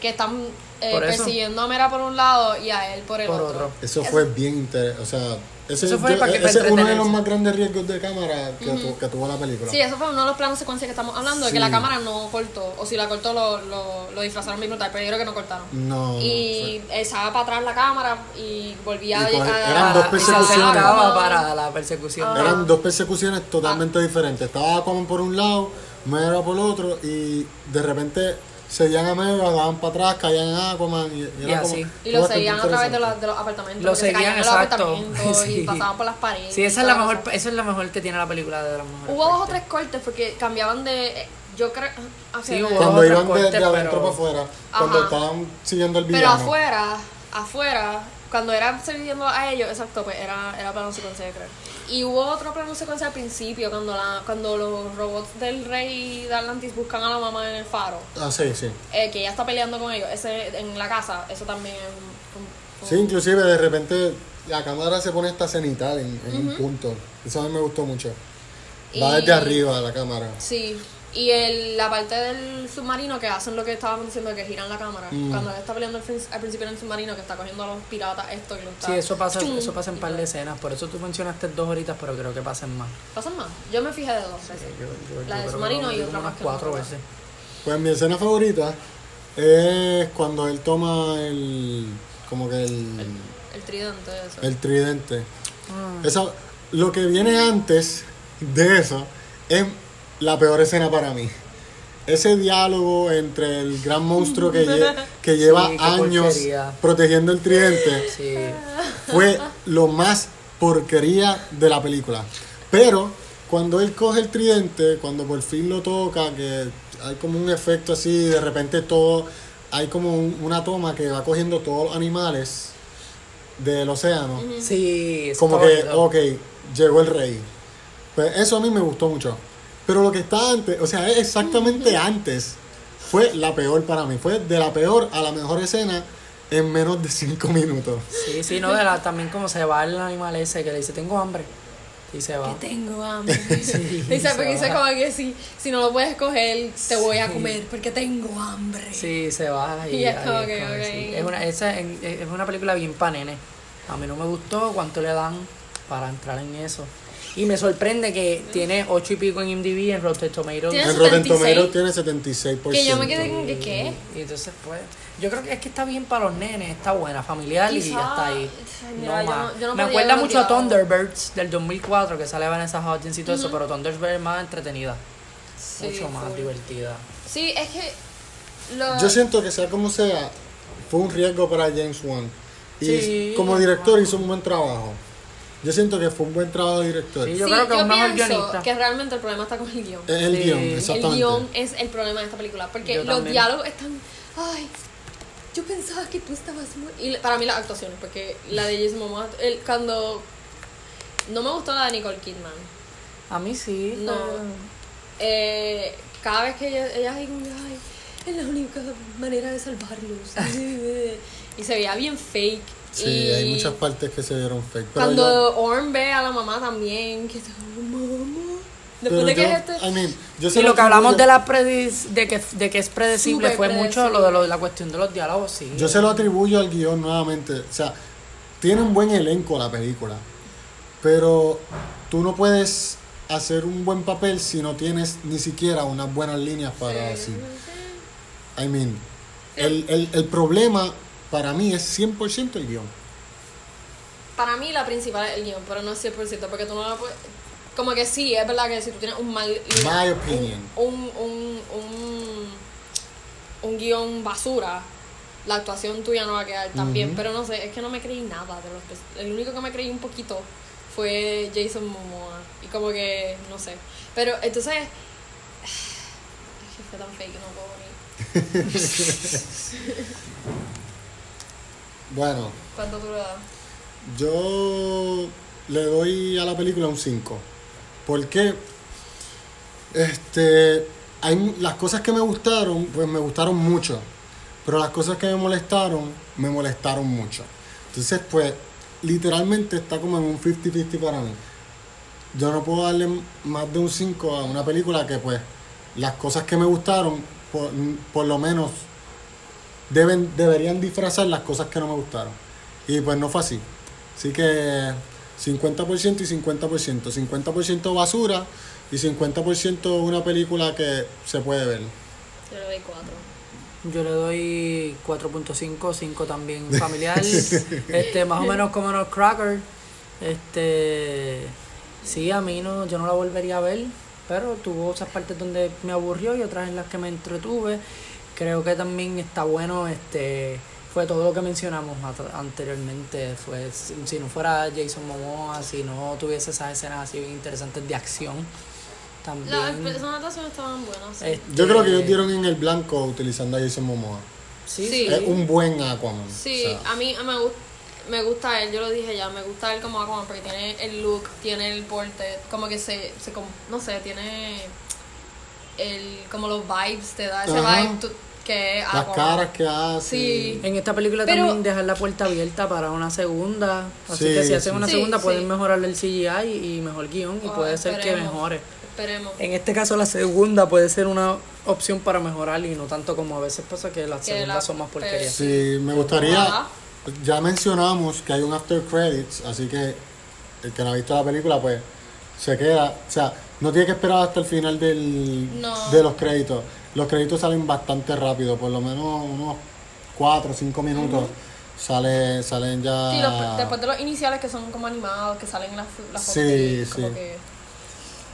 Speaker 3: Que están eh,
Speaker 1: Por eso.
Speaker 3: persiguiendo a Mera por un lado y a él por el
Speaker 1: Por
Speaker 3: otro.
Speaker 1: otro.
Speaker 2: Eso fue bien interesante. O sea, ese,
Speaker 1: Eso fue
Speaker 2: yo-
Speaker 1: para que- para
Speaker 2: ese es uno de
Speaker 1: entretenerse.
Speaker 2: los más grandes riesgos de cámara que, tu- que tuvo la película.
Speaker 3: Sí, eso fue uno de los planos secuencia que estamos hablando, de
Speaker 2: Sí.
Speaker 3: que la cámara no cortó. O si la cortó, lo, lo, lo disfrazaron bien brutal, pero yo creo que no cortaron.
Speaker 2: No.
Speaker 3: Y estaba para atrás la cámara y volvía
Speaker 2: Y
Speaker 3: a,
Speaker 2: con-
Speaker 3: a-
Speaker 2: eran
Speaker 1: Para-
Speaker 2: dos
Speaker 1: y se
Speaker 2: persecuciones.
Speaker 1: acercaba para la persecución.
Speaker 3: Ah.
Speaker 2: Eran dos persecuciones totalmente diferentes. Estaba Aquaman por un lado, Mera por el otro, y de repente seguían a Mera, daban para atrás, caían en Aquaman. Y,
Speaker 1: Y
Speaker 2: era
Speaker 1: así.
Speaker 2: como- este
Speaker 3: Y lo
Speaker 2: fue
Speaker 3: seguían a través
Speaker 2: bastante
Speaker 3: de los, de los apartamentos.
Speaker 1: Lo
Speaker 3: porque se
Speaker 1: seguían,
Speaker 3: caían en
Speaker 1: exacto.
Speaker 3: Los apartamentos
Speaker 1: Sí.
Speaker 3: Y pasaban por las paredes.
Speaker 1: Sí, esa
Speaker 3: y
Speaker 1: es la
Speaker 3: toda
Speaker 1: mejor,
Speaker 3: cosa.
Speaker 1: eso es la mejor que tiene la película de la mujer.
Speaker 3: Hubo dos o tres cortes porque cambiaban de. eh, Yo creo. ah,
Speaker 1: Sí,
Speaker 3: ok.
Speaker 1: hubo
Speaker 2: Cuando
Speaker 1: Otros
Speaker 2: iban de- de,
Speaker 1: cortes,
Speaker 2: adentro
Speaker 1: pero-
Speaker 2: para afuera, cuando
Speaker 3: Ajá.
Speaker 2: estaban siguiendo el
Speaker 3: Pero
Speaker 2: villano.
Speaker 3: afuera, afuera, Cuando era sirviendo a ellos, exacto, pues era, era plano secuencia de Craig. Y hubo otro plano secuencia al principio, cuando, la, cuando los robots del rey de Atlantis buscan a la mamá en el faro,
Speaker 2: Ah, sí, sí.
Speaker 3: eh, que ella está peleando con ellos, ese en la casa, eso también es un- un-
Speaker 2: Sí, inclusive de repente la cámara se pone hasta cenital en, en un punto. Eso a mí me gustó mucho. Va
Speaker 3: Y-
Speaker 2: desde arriba la cámara.
Speaker 3: Sí, y el, la parte del submarino que hacen lo que estábamos diciendo, que giran la cámara.
Speaker 1: Mm.
Speaker 3: Cuando él está peleando al, prin- al principio en el submarino, que está cogiendo a los piratas esto y lo está.
Speaker 1: Sí, eso pasa,
Speaker 3: ¡Chum!
Speaker 1: eso pasa en par de escenas. Por eso tú mencionaste dos horitas, pero creo que pasan más.
Speaker 3: ¿Pasan más? Yo me fijé de dos veces.
Speaker 1: Yo- yo- yo
Speaker 3: La del
Speaker 1: creo que
Speaker 3: submarino
Speaker 1: lo
Speaker 3: y
Speaker 1: vi como
Speaker 3: otra más
Speaker 1: unas
Speaker 3: que
Speaker 1: cuatro
Speaker 3: no.
Speaker 1: veces.
Speaker 2: Pues mi escena favorita es cuando él toma el. como que el.
Speaker 3: El tridente, eso.
Speaker 2: el tridente. Eso, lo que viene antes de eso es la peor escena para mí. Ese diálogo entre el gran monstruo que, lle- que lleva
Speaker 1: Sí, qué
Speaker 2: años
Speaker 1: porquería.
Speaker 2: protegiendo el tridente
Speaker 1: Sí.
Speaker 2: fue lo más porquería de la película. Pero cuando él coge el tridente, cuando por fin lo toca, que hay como un efecto así, de repente todo, hay como un- una toma que va cogiendo todos los animales del océano.
Speaker 1: Sí, eso
Speaker 2: Como
Speaker 1: está
Speaker 2: que,
Speaker 1: bonito.
Speaker 2: ok, llegó el rey. Pues eso a mí me gustó mucho. Pero lo que está antes, o sea, es exactamente antes, fue la peor para mí. Fue de la peor a la mejor escena en menos de cinco minutos.
Speaker 1: Sí, sí, no, de la, también como se va el animal ese que le dice, tengo hambre. Y se va.
Speaker 3: Tengo hambre.
Speaker 1: Sí,
Speaker 3: Dice,
Speaker 1: se
Speaker 3: porque dice
Speaker 1: va.
Speaker 3: como que si, si no lo puedes coger, te voy a comer porque tengo hambre.
Speaker 1: Sí, se va. Y,
Speaker 3: Y es
Speaker 1: ahí
Speaker 3: como
Speaker 1: es
Speaker 3: que,
Speaker 1: como que sí.
Speaker 3: ok.
Speaker 1: Es una, esa en- es una película bien pa' nene. A mí no me gustó cuánto le dan para entrar en eso. Y me sorprende que tiene ocho y pico en IMDb en Rotten Tomatoes.
Speaker 3: Tiene
Speaker 2: En Rotten
Speaker 3: 76.
Speaker 2: Tomatoes tiene 76%.
Speaker 3: Que yo me quedé con que, ¿qué?
Speaker 1: Y entonces, pues, yo creo que es que está bien para los nenes, está buena, familiar y
Speaker 3: Quizá-
Speaker 1: ya está ahí.
Speaker 3: Ay,
Speaker 1: no
Speaker 3: mira, yo
Speaker 1: más.
Speaker 3: no- yo no
Speaker 1: Me
Speaker 3: podía
Speaker 1: acuerda
Speaker 3: haberlo
Speaker 1: mucho a
Speaker 3: tirado.
Speaker 1: Thunderbirds del 2004 que sale Vanessa Hudgens y todo eso, pero Thunderbirds es más entretenida,
Speaker 3: Sí,
Speaker 1: mucho más
Speaker 3: full.
Speaker 1: divertida.
Speaker 3: Sí, es que. Lo,
Speaker 2: Yo siento que sea como sea, fue un riesgo para James Wan. Y
Speaker 1: Sí.
Speaker 2: como director hizo un buen trabajo. Yo siento que fue un buen trabajo de director.
Speaker 1: Sí,
Speaker 2: Es
Speaker 1: yo
Speaker 3: sí,
Speaker 1: creo que es
Speaker 3: yo
Speaker 1: un mejor
Speaker 3: pienso
Speaker 1: guionista.
Speaker 3: que realmente el problema está con el guión.
Speaker 2: el
Speaker 1: Sí.
Speaker 2: guión,
Speaker 1: El
Speaker 3: El
Speaker 2: exactamente.
Speaker 3: guión es el problema de esta película. Porque
Speaker 1: Yo
Speaker 3: los
Speaker 1: también.
Speaker 3: diálogos están. Ay, yo pensaba que tú estabas muy. Y la- para mí las actuaciones, porque la de Jason Momoa. el- cuando. No me gustó la de Nicole Kidman.
Speaker 1: A mí sí.
Speaker 3: No. Eh, cada vez que ella, ella es como, ay, es la única manera de salvarlos. y se veía bien fake.
Speaker 2: Sí,
Speaker 3: y
Speaker 2: hay muchas partes que se vieron fake. pero
Speaker 3: Cuando
Speaker 2: yo-
Speaker 3: Orm ve a la mamá también, que está, "Oh, mamá. Después
Speaker 2: pero
Speaker 3: de que
Speaker 2: yo-
Speaker 3: es este.
Speaker 2: I mean, yo
Speaker 1: Y
Speaker 2: se
Speaker 1: lo que hablamos
Speaker 2: atribuyo-
Speaker 1: de la predis- de que de que es predecible
Speaker 3: Súper
Speaker 1: fue mucho lo de,
Speaker 3: predecible.
Speaker 1: lo de la cuestión de los diálogos, sí.
Speaker 2: Yo se lo atribuyo al guión nuevamente. O sea, tiene un buen elenco la película. Pero tú no puedes hacer un buen papel si no tienes ni siquiera unas buenas líneas para decir. I mean, el, el- el problema para mí es 100% el guión.
Speaker 3: Para mí la principal es el guión, pero no es 100%, porque tú no la puedes... Como que sí, es verdad que si tú tienes un mal...
Speaker 2: My opinion.
Speaker 3: Un, un, un, un guión basura, la actuación tuya no va a quedar tan bien, pero no sé, es que no me creí nada de los que... El único que me creí un poquito fue Jason Momoa, y como que, no sé. Pero entonces... es que fue tan fake, no puedo ni...
Speaker 2: Bueno,
Speaker 3: ¿Cuánto tú le das?
Speaker 2: yo le doy a la película un 5. Porque este, hay, mu- las cosas que me gustaron, pues me gustaron mucho. Pero las cosas que me molestaron, me molestaron mucho. Entonces, pues, literalmente está como en un 50-50 para mí. Yo no puedo darle m- más de un 5 a una película que, pues, las cosas que me gustaron, por, por lo menos, deben, deberían disfrazar las cosas que no me gustaron. Y pues no fue así. Así que 50% y 50%. 50% basura y 50% una película que se puede ver.
Speaker 3: Yo le doy cuatro.
Speaker 1: Yo le doy 4.5, 5 también familiar, este, más o menos como los Cracker. Este, sí, a mí no, yo no la volvería a ver, pero tuvo esas partes donde me aburrió y otras en las que me entretuve. Creo que también está bueno, este, fue todo lo que mencionamos at- anteriormente, fue si si no fuera Jason Momoa, si no tuviese esas escenas así bien interesantes de acción,
Speaker 3: Las
Speaker 1: también.
Speaker 3: personas actuaciones estaban buenas. sí.
Speaker 1: este,
Speaker 2: Yo creo que ellos dieron en el blanco utilizando a Jason Momoa.
Speaker 1: Sí,
Speaker 3: Sí.
Speaker 1: sí.
Speaker 2: Es un buen Aquaman.
Speaker 3: Sí,
Speaker 2: o sea,
Speaker 3: a mí me gusta. me gusta él, yo lo dije ya, me gusta él como Aquaman porque tiene el look, tiene el porte, como que se, se com- no sé, tiene el, como los vibes, te da ese
Speaker 2: Ajá.
Speaker 3: vibe tú- que es
Speaker 2: Las
Speaker 3: Aquaman.
Speaker 2: caras que hace.
Speaker 3: Sí.
Speaker 1: En esta película
Speaker 3: Pero-
Speaker 1: también dejan la puerta abierta para una segunda. Así
Speaker 2: Sí,
Speaker 1: que si hacen
Speaker 2: sí.
Speaker 1: una
Speaker 3: Sí,
Speaker 1: segunda
Speaker 3: sí.
Speaker 1: pueden mejorarle el CGI y mejor guión y
Speaker 3: Ah,
Speaker 1: puede ser que
Speaker 3: esperemos.
Speaker 1: mejore.
Speaker 3: Esperemos.
Speaker 1: En este caso la segunda puede ser una opción para mejorar y no tanto como a veces pasa que las
Speaker 3: Que
Speaker 1: segundas
Speaker 3: la- pues
Speaker 1: son más
Speaker 3: pero-
Speaker 1: porquerías.
Speaker 2: Sí, me gustaría.
Speaker 3: Ajá.
Speaker 2: Ya mencionamos que hay un after credits, así que el que no ha visto la película, pues se queda. O sea, no tiene que esperar hasta el final del,
Speaker 3: No.
Speaker 2: de los créditos. Los créditos salen bastante rápido, por lo menos unos 4 o 5 minutos. sale, salen ya.
Speaker 3: Sí, los- después de los iniciales que son como animados, que salen en las, fu- las
Speaker 2: Sí,
Speaker 3: fotos, como
Speaker 2: sí.
Speaker 3: que-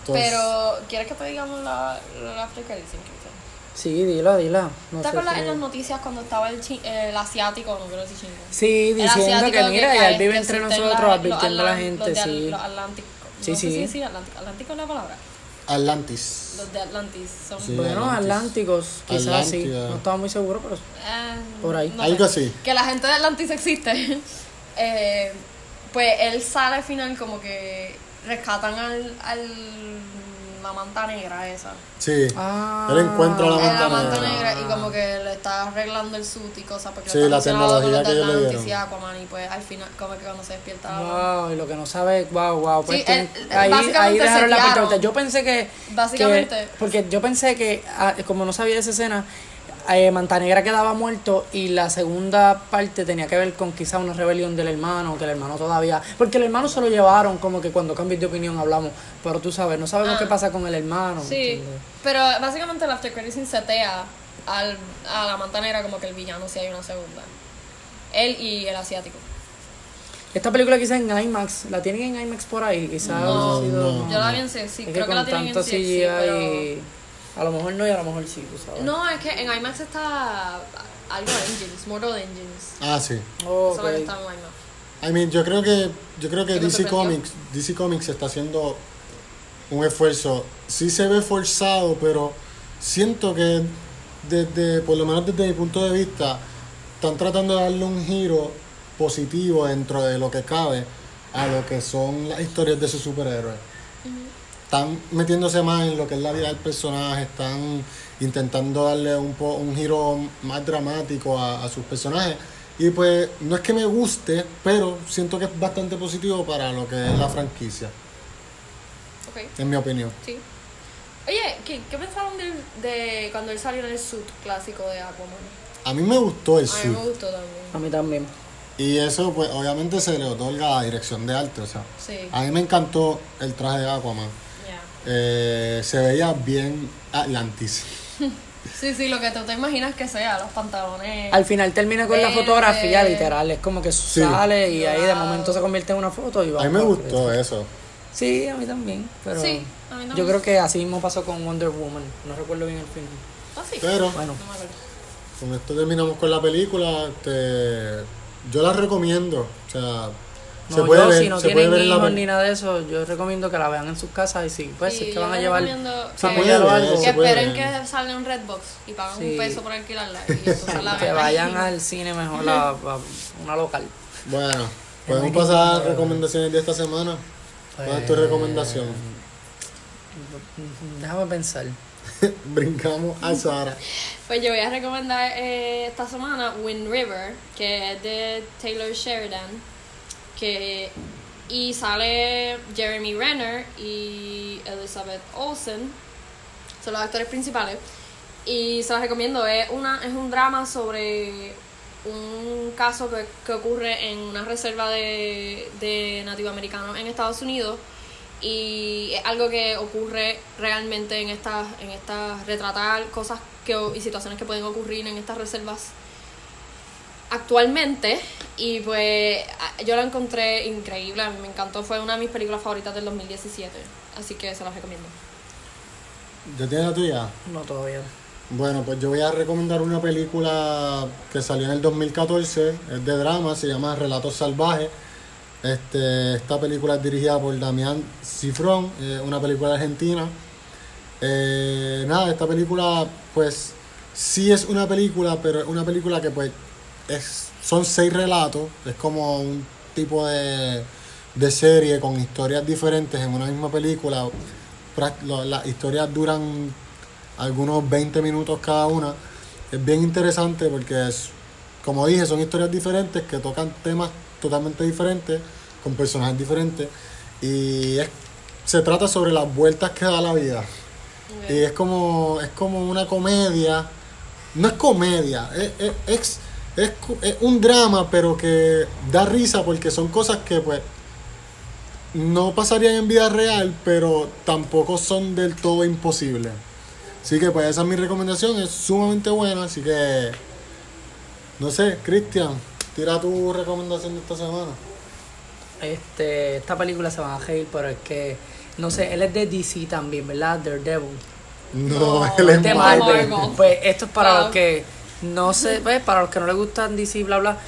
Speaker 2: Entonces,
Speaker 3: Pero, ¿quieres que te digamos la, la after credits scene, Cristian?
Speaker 1: Sí, dila, dila. No
Speaker 3: ¿Te
Speaker 1: sé
Speaker 3: acuerdas
Speaker 1: si-
Speaker 3: en las noticias cuando estaba el, chi- el asiático, no quiero decir chino?
Speaker 1: Sí,
Speaker 3: El
Speaker 1: diciendo que
Speaker 3: asiático
Speaker 1: mira,
Speaker 3: cae-
Speaker 1: él vive
Speaker 3: que
Speaker 1: entre
Speaker 3: existen
Speaker 1: nosotros
Speaker 3: la-
Speaker 1: advirtiendo a
Speaker 3: los
Speaker 1: la
Speaker 3: atlan-
Speaker 1: gente,
Speaker 3: los de al-
Speaker 1: sí.
Speaker 3: Los atlánticos.
Speaker 1: Sí,
Speaker 3: no sé
Speaker 1: sí.
Speaker 3: si decir atlántico. ¿Atlántico es la palabra?
Speaker 2: Atlantis.
Speaker 3: Los de Atlantis son...
Speaker 2: Sí.
Speaker 1: Bueno,
Speaker 2: Atlantis.
Speaker 1: Atlánticos, quizás sí.
Speaker 2: Atlántida.
Speaker 1: No estaba muy seguro, pero
Speaker 3: eh,
Speaker 1: Por ahí.
Speaker 3: no
Speaker 2: Algo
Speaker 3: sé.
Speaker 2: así.
Speaker 3: Que la gente de Atlantis existe. Eh, pues él sale al final como que rescatan al... al la manta negra esa.
Speaker 2: Sí.
Speaker 1: Ah.
Speaker 2: Él encuentra la
Speaker 1: Ah.
Speaker 3: Eh,
Speaker 2: manta
Speaker 3: la manta
Speaker 2: negra. Ah.
Speaker 3: negra y como que le está arreglando el suit y cosas porque
Speaker 2: Sí,
Speaker 3: lo está
Speaker 2: la
Speaker 3: obsesionado con
Speaker 2: tecnología
Speaker 3: los de
Speaker 2: que ellos le
Speaker 3: Atlantis
Speaker 2: dieron.
Speaker 3: y Aquaman y pues al final como que cuando se despierta la
Speaker 1: Wow, y lo que no sabe, wow, wow. Pues
Speaker 3: Sí,
Speaker 1: tienen-
Speaker 3: él- él
Speaker 1: ahí,
Speaker 3: básicamente
Speaker 1: ahí dejaron la
Speaker 3: setearon.
Speaker 1: puerta abierta. Yo pensé que.
Speaker 3: Básicamente.
Speaker 1: que- porque yo pensé que, ah, como no sabía de esa escena, eh, Mantanegra quedaba muerto y la segunda parte tenía que ver con quizá una rebelión del hermano, que el hermano todavía. Porque el hermano se lo llevaron, como que cuando cambies de opinión hablamos. Pero tú sabes, no sabemos
Speaker 3: Ah.
Speaker 1: qué pasa con el hermano.
Speaker 3: Sí,
Speaker 1: ¿entiendes?
Speaker 3: pero básicamente el After Credit Scene setea al, a la mantanera como que el villano si hay una segunda. Él y el asiático.
Speaker 1: Esta película quizá en IMAX, la tienen en IMAX por ahí, quizá.
Speaker 3: No,
Speaker 1: hubiese sido-
Speaker 2: no.
Speaker 3: Yo la vi en sí, sí,
Speaker 1: Es que
Speaker 3: creo que la
Speaker 1: con
Speaker 3: tienen en
Speaker 1: tanto
Speaker 3: CXC,
Speaker 1: CGI,
Speaker 3: pero...
Speaker 1: a lo mejor no y a lo mejor sí, tú sabes.
Speaker 3: No, es que en IMAX está algo de Engines, Mortal Engines.
Speaker 2: Ah, sí.
Speaker 1: Ok.
Speaker 3: Eso es lo que está en IMAX.
Speaker 2: I mean, yo creo que yo creo que
Speaker 3: ¿Qué te
Speaker 2: DC
Speaker 3: sorprendió?
Speaker 2: Comics DC Comics está haciendo un esfuerzo. Sí se ve forzado, pero siento que desde por lo menos desde mi punto de vista están tratando de darle un giro positivo dentro de lo que cabe a lo que son las historias de sus superhéroes. Están metiéndose más en lo que es la vida del personaje, están intentando darle un, po- un giro más dramático a, a sus personajes. Y pues no es que me guste, pero siento que es bastante positivo para lo que es la franquicia,
Speaker 3: Ok,
Speaker 2: en mi opinión.
Speaker 3: sí. Oye, ¿qué, qué pensaron de, de cuando él salió en el suit clásico de Aquaman?
Speaker 2: A mí me gustó el
Speaker 3: A mí
Speaker 2: suit.
Speaker 3: me gustó también.
Speaker 1: A mí también.
Speaker 2: Y eso pues obviamente se le otorga a la dirección de arte. O sea,
Speaker 3: Sí,
Speaker 2: a mí me encantó el traje de Aquaman.
Speaker 3: ya.
Speaker 2: Eh, se veía bien ah, Atlantis.
Speaker 3: Sí, sí, lo que tú te imaginas que sea, los pantalones.
Speaker 1: Al final termina con la
Speaker 3: Verde.
Speaker 1: fotografía
Speaker 3: eh.
Speaker 1: literal, es como que sale y ahí de
Speaker 3: Wow.
Speaker 1: momento se convierte en una foto y va.
Speaker 2: A mí me
Speaker 1: va,
Speaker 2: gustó eso.
Speaker 1: Sí, a mí también, pero
Speaker 3: Sí, a mí también.
Speaker 1: yo creo que así mismo pasó con Wonder Woman, no recuerdo bien el final.
Speaker 3: Ah, sí.
Speaker 2: Pero
Speaker 1: Bueno,
Speaker 3: No me acuerdo.
Speaker 2: con esto terminamos con la película. Este, yo la recomiendo. O sea,
Speaker 1: no,
Speaker 2: se puede
Speaker 1: yo,
Speaker 2: ver,
Speaker 1: si no
Speaker 2: se puede
Speaker 1: tienen
Speaker 2: ver en la
Speaker 1: hijos
Speaker 2: pel-
Speaker 1: ni nada de eso, yo recomiendo que la vean en sus casas y si pues
Speaker 3: Sí,
Speaker 1: es que
Speaker 3: yo
Speaker 1: van a
Speaker 3: les
Speaker 1: llevar
Speaker 3: recomiendo que-
Speaker 1: familiar o
Speaker 2: Se puede
Speaker 1: algo,
Speaker 2: ver,
Speaker 3: Que
Speaker 2: se puede
Speaker 3: esperen
Speaker 2: ver.
Speaker 3: que salga un Redbox y pagan
Speaker 1: Sí.
Speaker 3: un peso por alquilarla. Y entonces la
Speaker 1: que
Speaker 3: ven.
Speaker 1: vayan al cine mejor a, a una local.
Speaker 2: Bueno, podemos pasar a las recomendaciones de esta semana. ¿Cuál es
Speaker 1: Eh,
Speaker 2: tu recomendación?
Speaker 1: Déjame pensar.
Speaker 2: Brincamos a Sara.
Speaker 3: Pues yo voy a recomendar eh, esta semana Wind River, que es de Taylor Sheridan. Que, y sale Jeremy Renner y Elizabeth Olsen. Son los actores principales. Y se los recomiendo. Es, una, es un drama sobre un caso que, que ocurre en una reserva de, de nativoamericanos en Estados Unidos. Y es algo que ocurre realmente en estas, en estas, retratar cosas que, o- y situaciones que pueden ocurrir en estas reservas actualmente. Y pues a- yo la encontré increíble, a mí me encantó, fue una de mis películas favoritas del 2017. Así que se las recomiendo.
Speaker 2: ¿Yo tienes la tuya?
Speaker 1: No todavía.
Speaker 2: Bueno, pues yo voy a recomendar una película que salió en el 2014, es de drama, se llama Relatos Salvajes. Este, esta película es dirigida por Damián Cifrón, eh, una película argentina. Eh, nada, esta película, pues, sí es una película, pero es una película que, pues, es, son seis relatos, es como un tipo de, de serie con historias diferentes en una misma película. Prac- lo- Las historias duran algunos 20 minutos cada una. Es bien interesante porque, es, como dije, son historias diferentes que tocan temas totalmente diferentes, con personajes diferentes. Y es- se trata sobre las vueltas que da la vida.
Speaker 3: Ok.
Speaker 2: Y es como, es como una comedia. No es comedia, es, es, es, es cu- es un drama, pero que da risa porque son cosas que pues no pasarían en vida real, pero tampoco son del todo imposibles. Así que pues esa es mi recomendación, es sumamente buena, así que no sé, Cristian, tira tu recomendación de esta semana.
Speaker 1: Este, esta película se va a reír, pero es que, no sé, él es de DC también, ¿verdad? Daredevil.
Speaker 2: No,
Speaker 3: No,
Speaker 2: él es
Speaker 1: de
Speaker 3: Marvel.
Speaker 1: Marvel.
Speaker 3: Marvel.
Speaker 1: Pues esto es para
Speaker 3: Ah.
Speaker 1: los que no sé, pues, para los que no les gustan DC, bla, bla.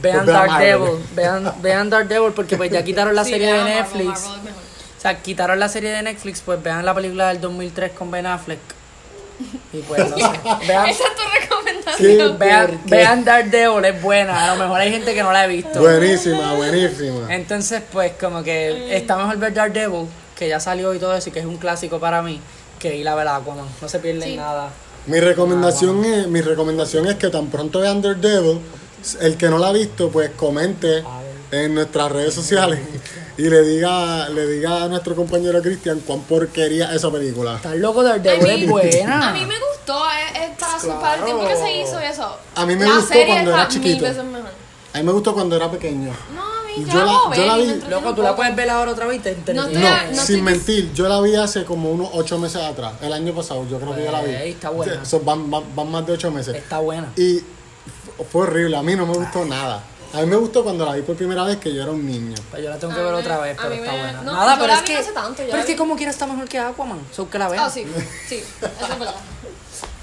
Speaker 1: Vean
Speaker 2: Pues vean
Speaker 1: Daredevil,
Speaker 2: Marvel.
Speaker 1: vean, vean Daredevil porque pues ya quitaron la
Speaker 3: Sí,
Speaker 1: serie de
Speaker 3: vean Marvel,
Speaker 1: Netflix.
Speaker 3: Marvel es mejor.
Speaker 1: O sea, quitaron la serie de Netflix, pues vean la película del 2003 con Ben Affleck. Y pues, no sé. Vean,
Speaker 3: Esa es tu recomendación.
Speaker 2: Sí.
Speaker 1: vean,
Speaker 2: Porque-
Speaker 1: vean Daredevil, es buena. A lo mejor hay gente que no la ha visto.
Speaker 2: Buenísima, buenísima.
Speaker 1: Entonces, pues, como que está mejor ver Daredevil, que ya salió y todo eso, y que es un clásico para mí, que ir a ver Aquaman. No se pierden
Speaker 3: Sí.
Speaker 1: nada.
Speaker 2: Mi recomendación, es, mi recomendación es que tan pronto vean Daredevil, el que no la ha visto, pues comente en nuestras redes sociales y le diga, le diga a nuestro compañero Cristian cuán porquería esa película.
Speaker 1: Estás loco, Daredevil
Speaker 3: A mí-
Speaker 1: es buena.
Speaker 3: A mí me gustó eh, esta
Speaker 1: Claro.
Speaker 3: para el tiempo que se hizo y eso.
Speaker 2: A mí me
Speaker 3: la
Speaker 2: gustó
Speaker 3: serie
Speaker 2: cuando era
Speaker 3: está mil
Speaker 2: chiquito.
Speaker 3: veces mejor.
Speaker 2: A mí me gustó cuando era pequeño.
Speaker 3: No, a mí
Speaker 2: Yo
Speaker 3: ya
Speaker 2: la-
Speaker 3: lo
Speaker 2: yo la
Speaker 3: veo. y me
Speaker 2: vi-
Speaker 3: entretiene
Speaker 1: Loco,
Speaker 3: un
Speaker 1: tú la
Speaker 3: poco.
Speaker 1: puedes ver ahora otra vez y te entretiene.
Speaker 3: estoy
Speaker 2: No,
Speaker 3: Ya, no estoy
Speaker 2: sin
Speaker 3: dis-
Speaker 2: mentir, yo la vi hace como unos ocho meses atrás, el año pasado, yo creo que yo la vi.
Speaker 1: Ey, está buena.
Speaker 2: Son- van, van- van más de ocho meses.
Speaker 1: Está buena.
Speaker 2: Y fu- fue horrible, a mí no me gustó nada. A mí me gustó cuando la vi por primera vez que yo era un niño.
Speaker 1: Pero Pues yo la tengo que ver
Speaker 3: A mí-
Speaker 1: otra vez,
Speaker 3: a
Speaker 1: pero
Speaker 3: mí
Speaker 1: está
Speaker 3: me-
Speaker 1: buena.
Speaker 3: no,
Speaker 1: Nada,
Speaker 3: yo
Speaker 1: pero
Speaker 3: la
Speaker 1: es
Speaker 3: vi
Speaker 1: que.
Speaker 3: hace tanto, ya
Speaker 1: pero es
Speaker 3: la
Speaker 1: que
Speaker 3: vi.
Speaker 1: como quiera está mejor que Aquaman. So que la vean.
Speaker 3: Ah, sí, sí, eso es verdad.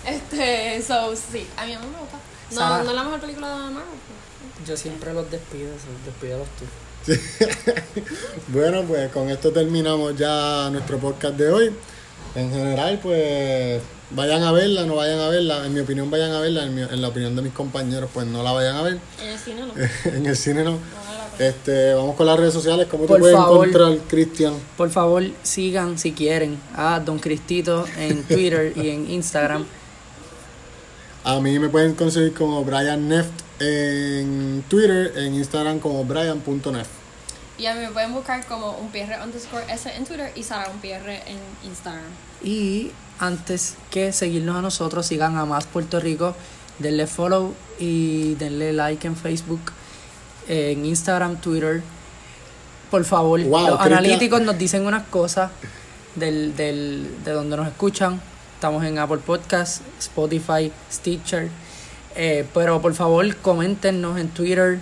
Speaker 3: Este, so, sí, a mí no me gusta. No,
Speaker 1: Sara.
Speaker 3: no es la mejor película de Marvel.
Speaker 1: Yo siempre los despido, so despídelos tú.
Speaker 2: Bueno, pues con esto terminamos ya nuestro podcast de hoy. En general, pues vayan a verla, no vayan a verla. En mi opinión, vayan a verla. En, mi- en la opinión de mis compañeros, pues no la vayan a ver.
Speaker 3: En el cine no.
Speaker 2: en el cine no. Este, vamos con las redes sociales. ¿Cómo te
Speaker 1: Por
Speaker 2: puedes
Speaker 1: favor.
Speaker 2: encontrar, Cristian?
Speaker 1: Por favor, sigan si quieren a Don Cristito en Twitter y en Instagram.
Speaker 2: A mí me pueden conseguir como Brian Neft en Twitter, en Instagram como Brian.neft.
Speaker 3: Y a mí me pueden buscar como un PR underscore S en Twitter y Sara un PR en Instagram.
Speaker 1: Y antes que seguirnos a nosotros, sigan a Más Puerto Rico, denle follow y denle like en Facebook, en Instagram, Twitter. Por favor,
Speaker 2: Wow,
Speaker 1: los
Speaker 2: Cristian.
Speaker 1: analíticos nos dicen unas cosas del, del- de donde nos escuchan. Estamos en Apple Podcast, Spotify, Stitcher. Eh, pero por favor, coméntenos en Twitter.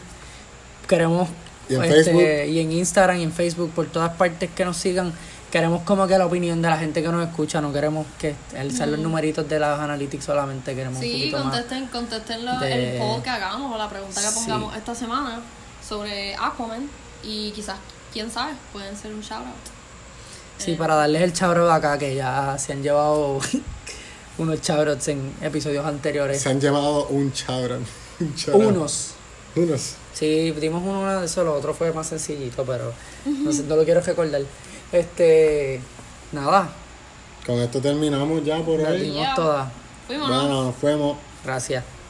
Speaker 1: Queremos
Speaker 2: Y en
Speaker 1: este,
Speaker 2: Facebook.
Speaker 1: y en Instagram y en Facebook, por todas partes que nos sigan. Queremos como que la opinión de la gente que nos escucha, no queremos que alzar los numeritos de las analytics solamente, queremos un
Speaker 3: Sí,
Speaker 1: poquito más.
Speaker 3: contesten, contesten la-
Speaker 1: de-
Speaker 3: el poll que hagamos o la pregunta que
Speaker 1: Sí.
Speaker 3: pongamos esta semana sobre Aquaman y quizás, quién sabe, pueden ser un shout out.
Speaker 1: Sí, para darles el chabro de acá, que ya se han llevado unos chabrots en episodios anteriores.
Speaker 2: Se han llevado un chabrón. Un chabrón.
Speaker 1: Unos.
Speaker 2: Unos.
Speaker 1: Sí, dimos uno de eso, lo otro fue más sencillito, pero no, sé, no lo quiero recordar. Este, nada,
Speaker 2: Con esto terminamos ya por
Speaker 1: las
Speaker 2: hoy.
Speaker 1: dimos
Speaker 3: Yeah.
Speaker 1: todas.
Speaker 3: Fuimos.
Speaker 2: Bueno, nos fuimos.
Speaker 1: Gracias.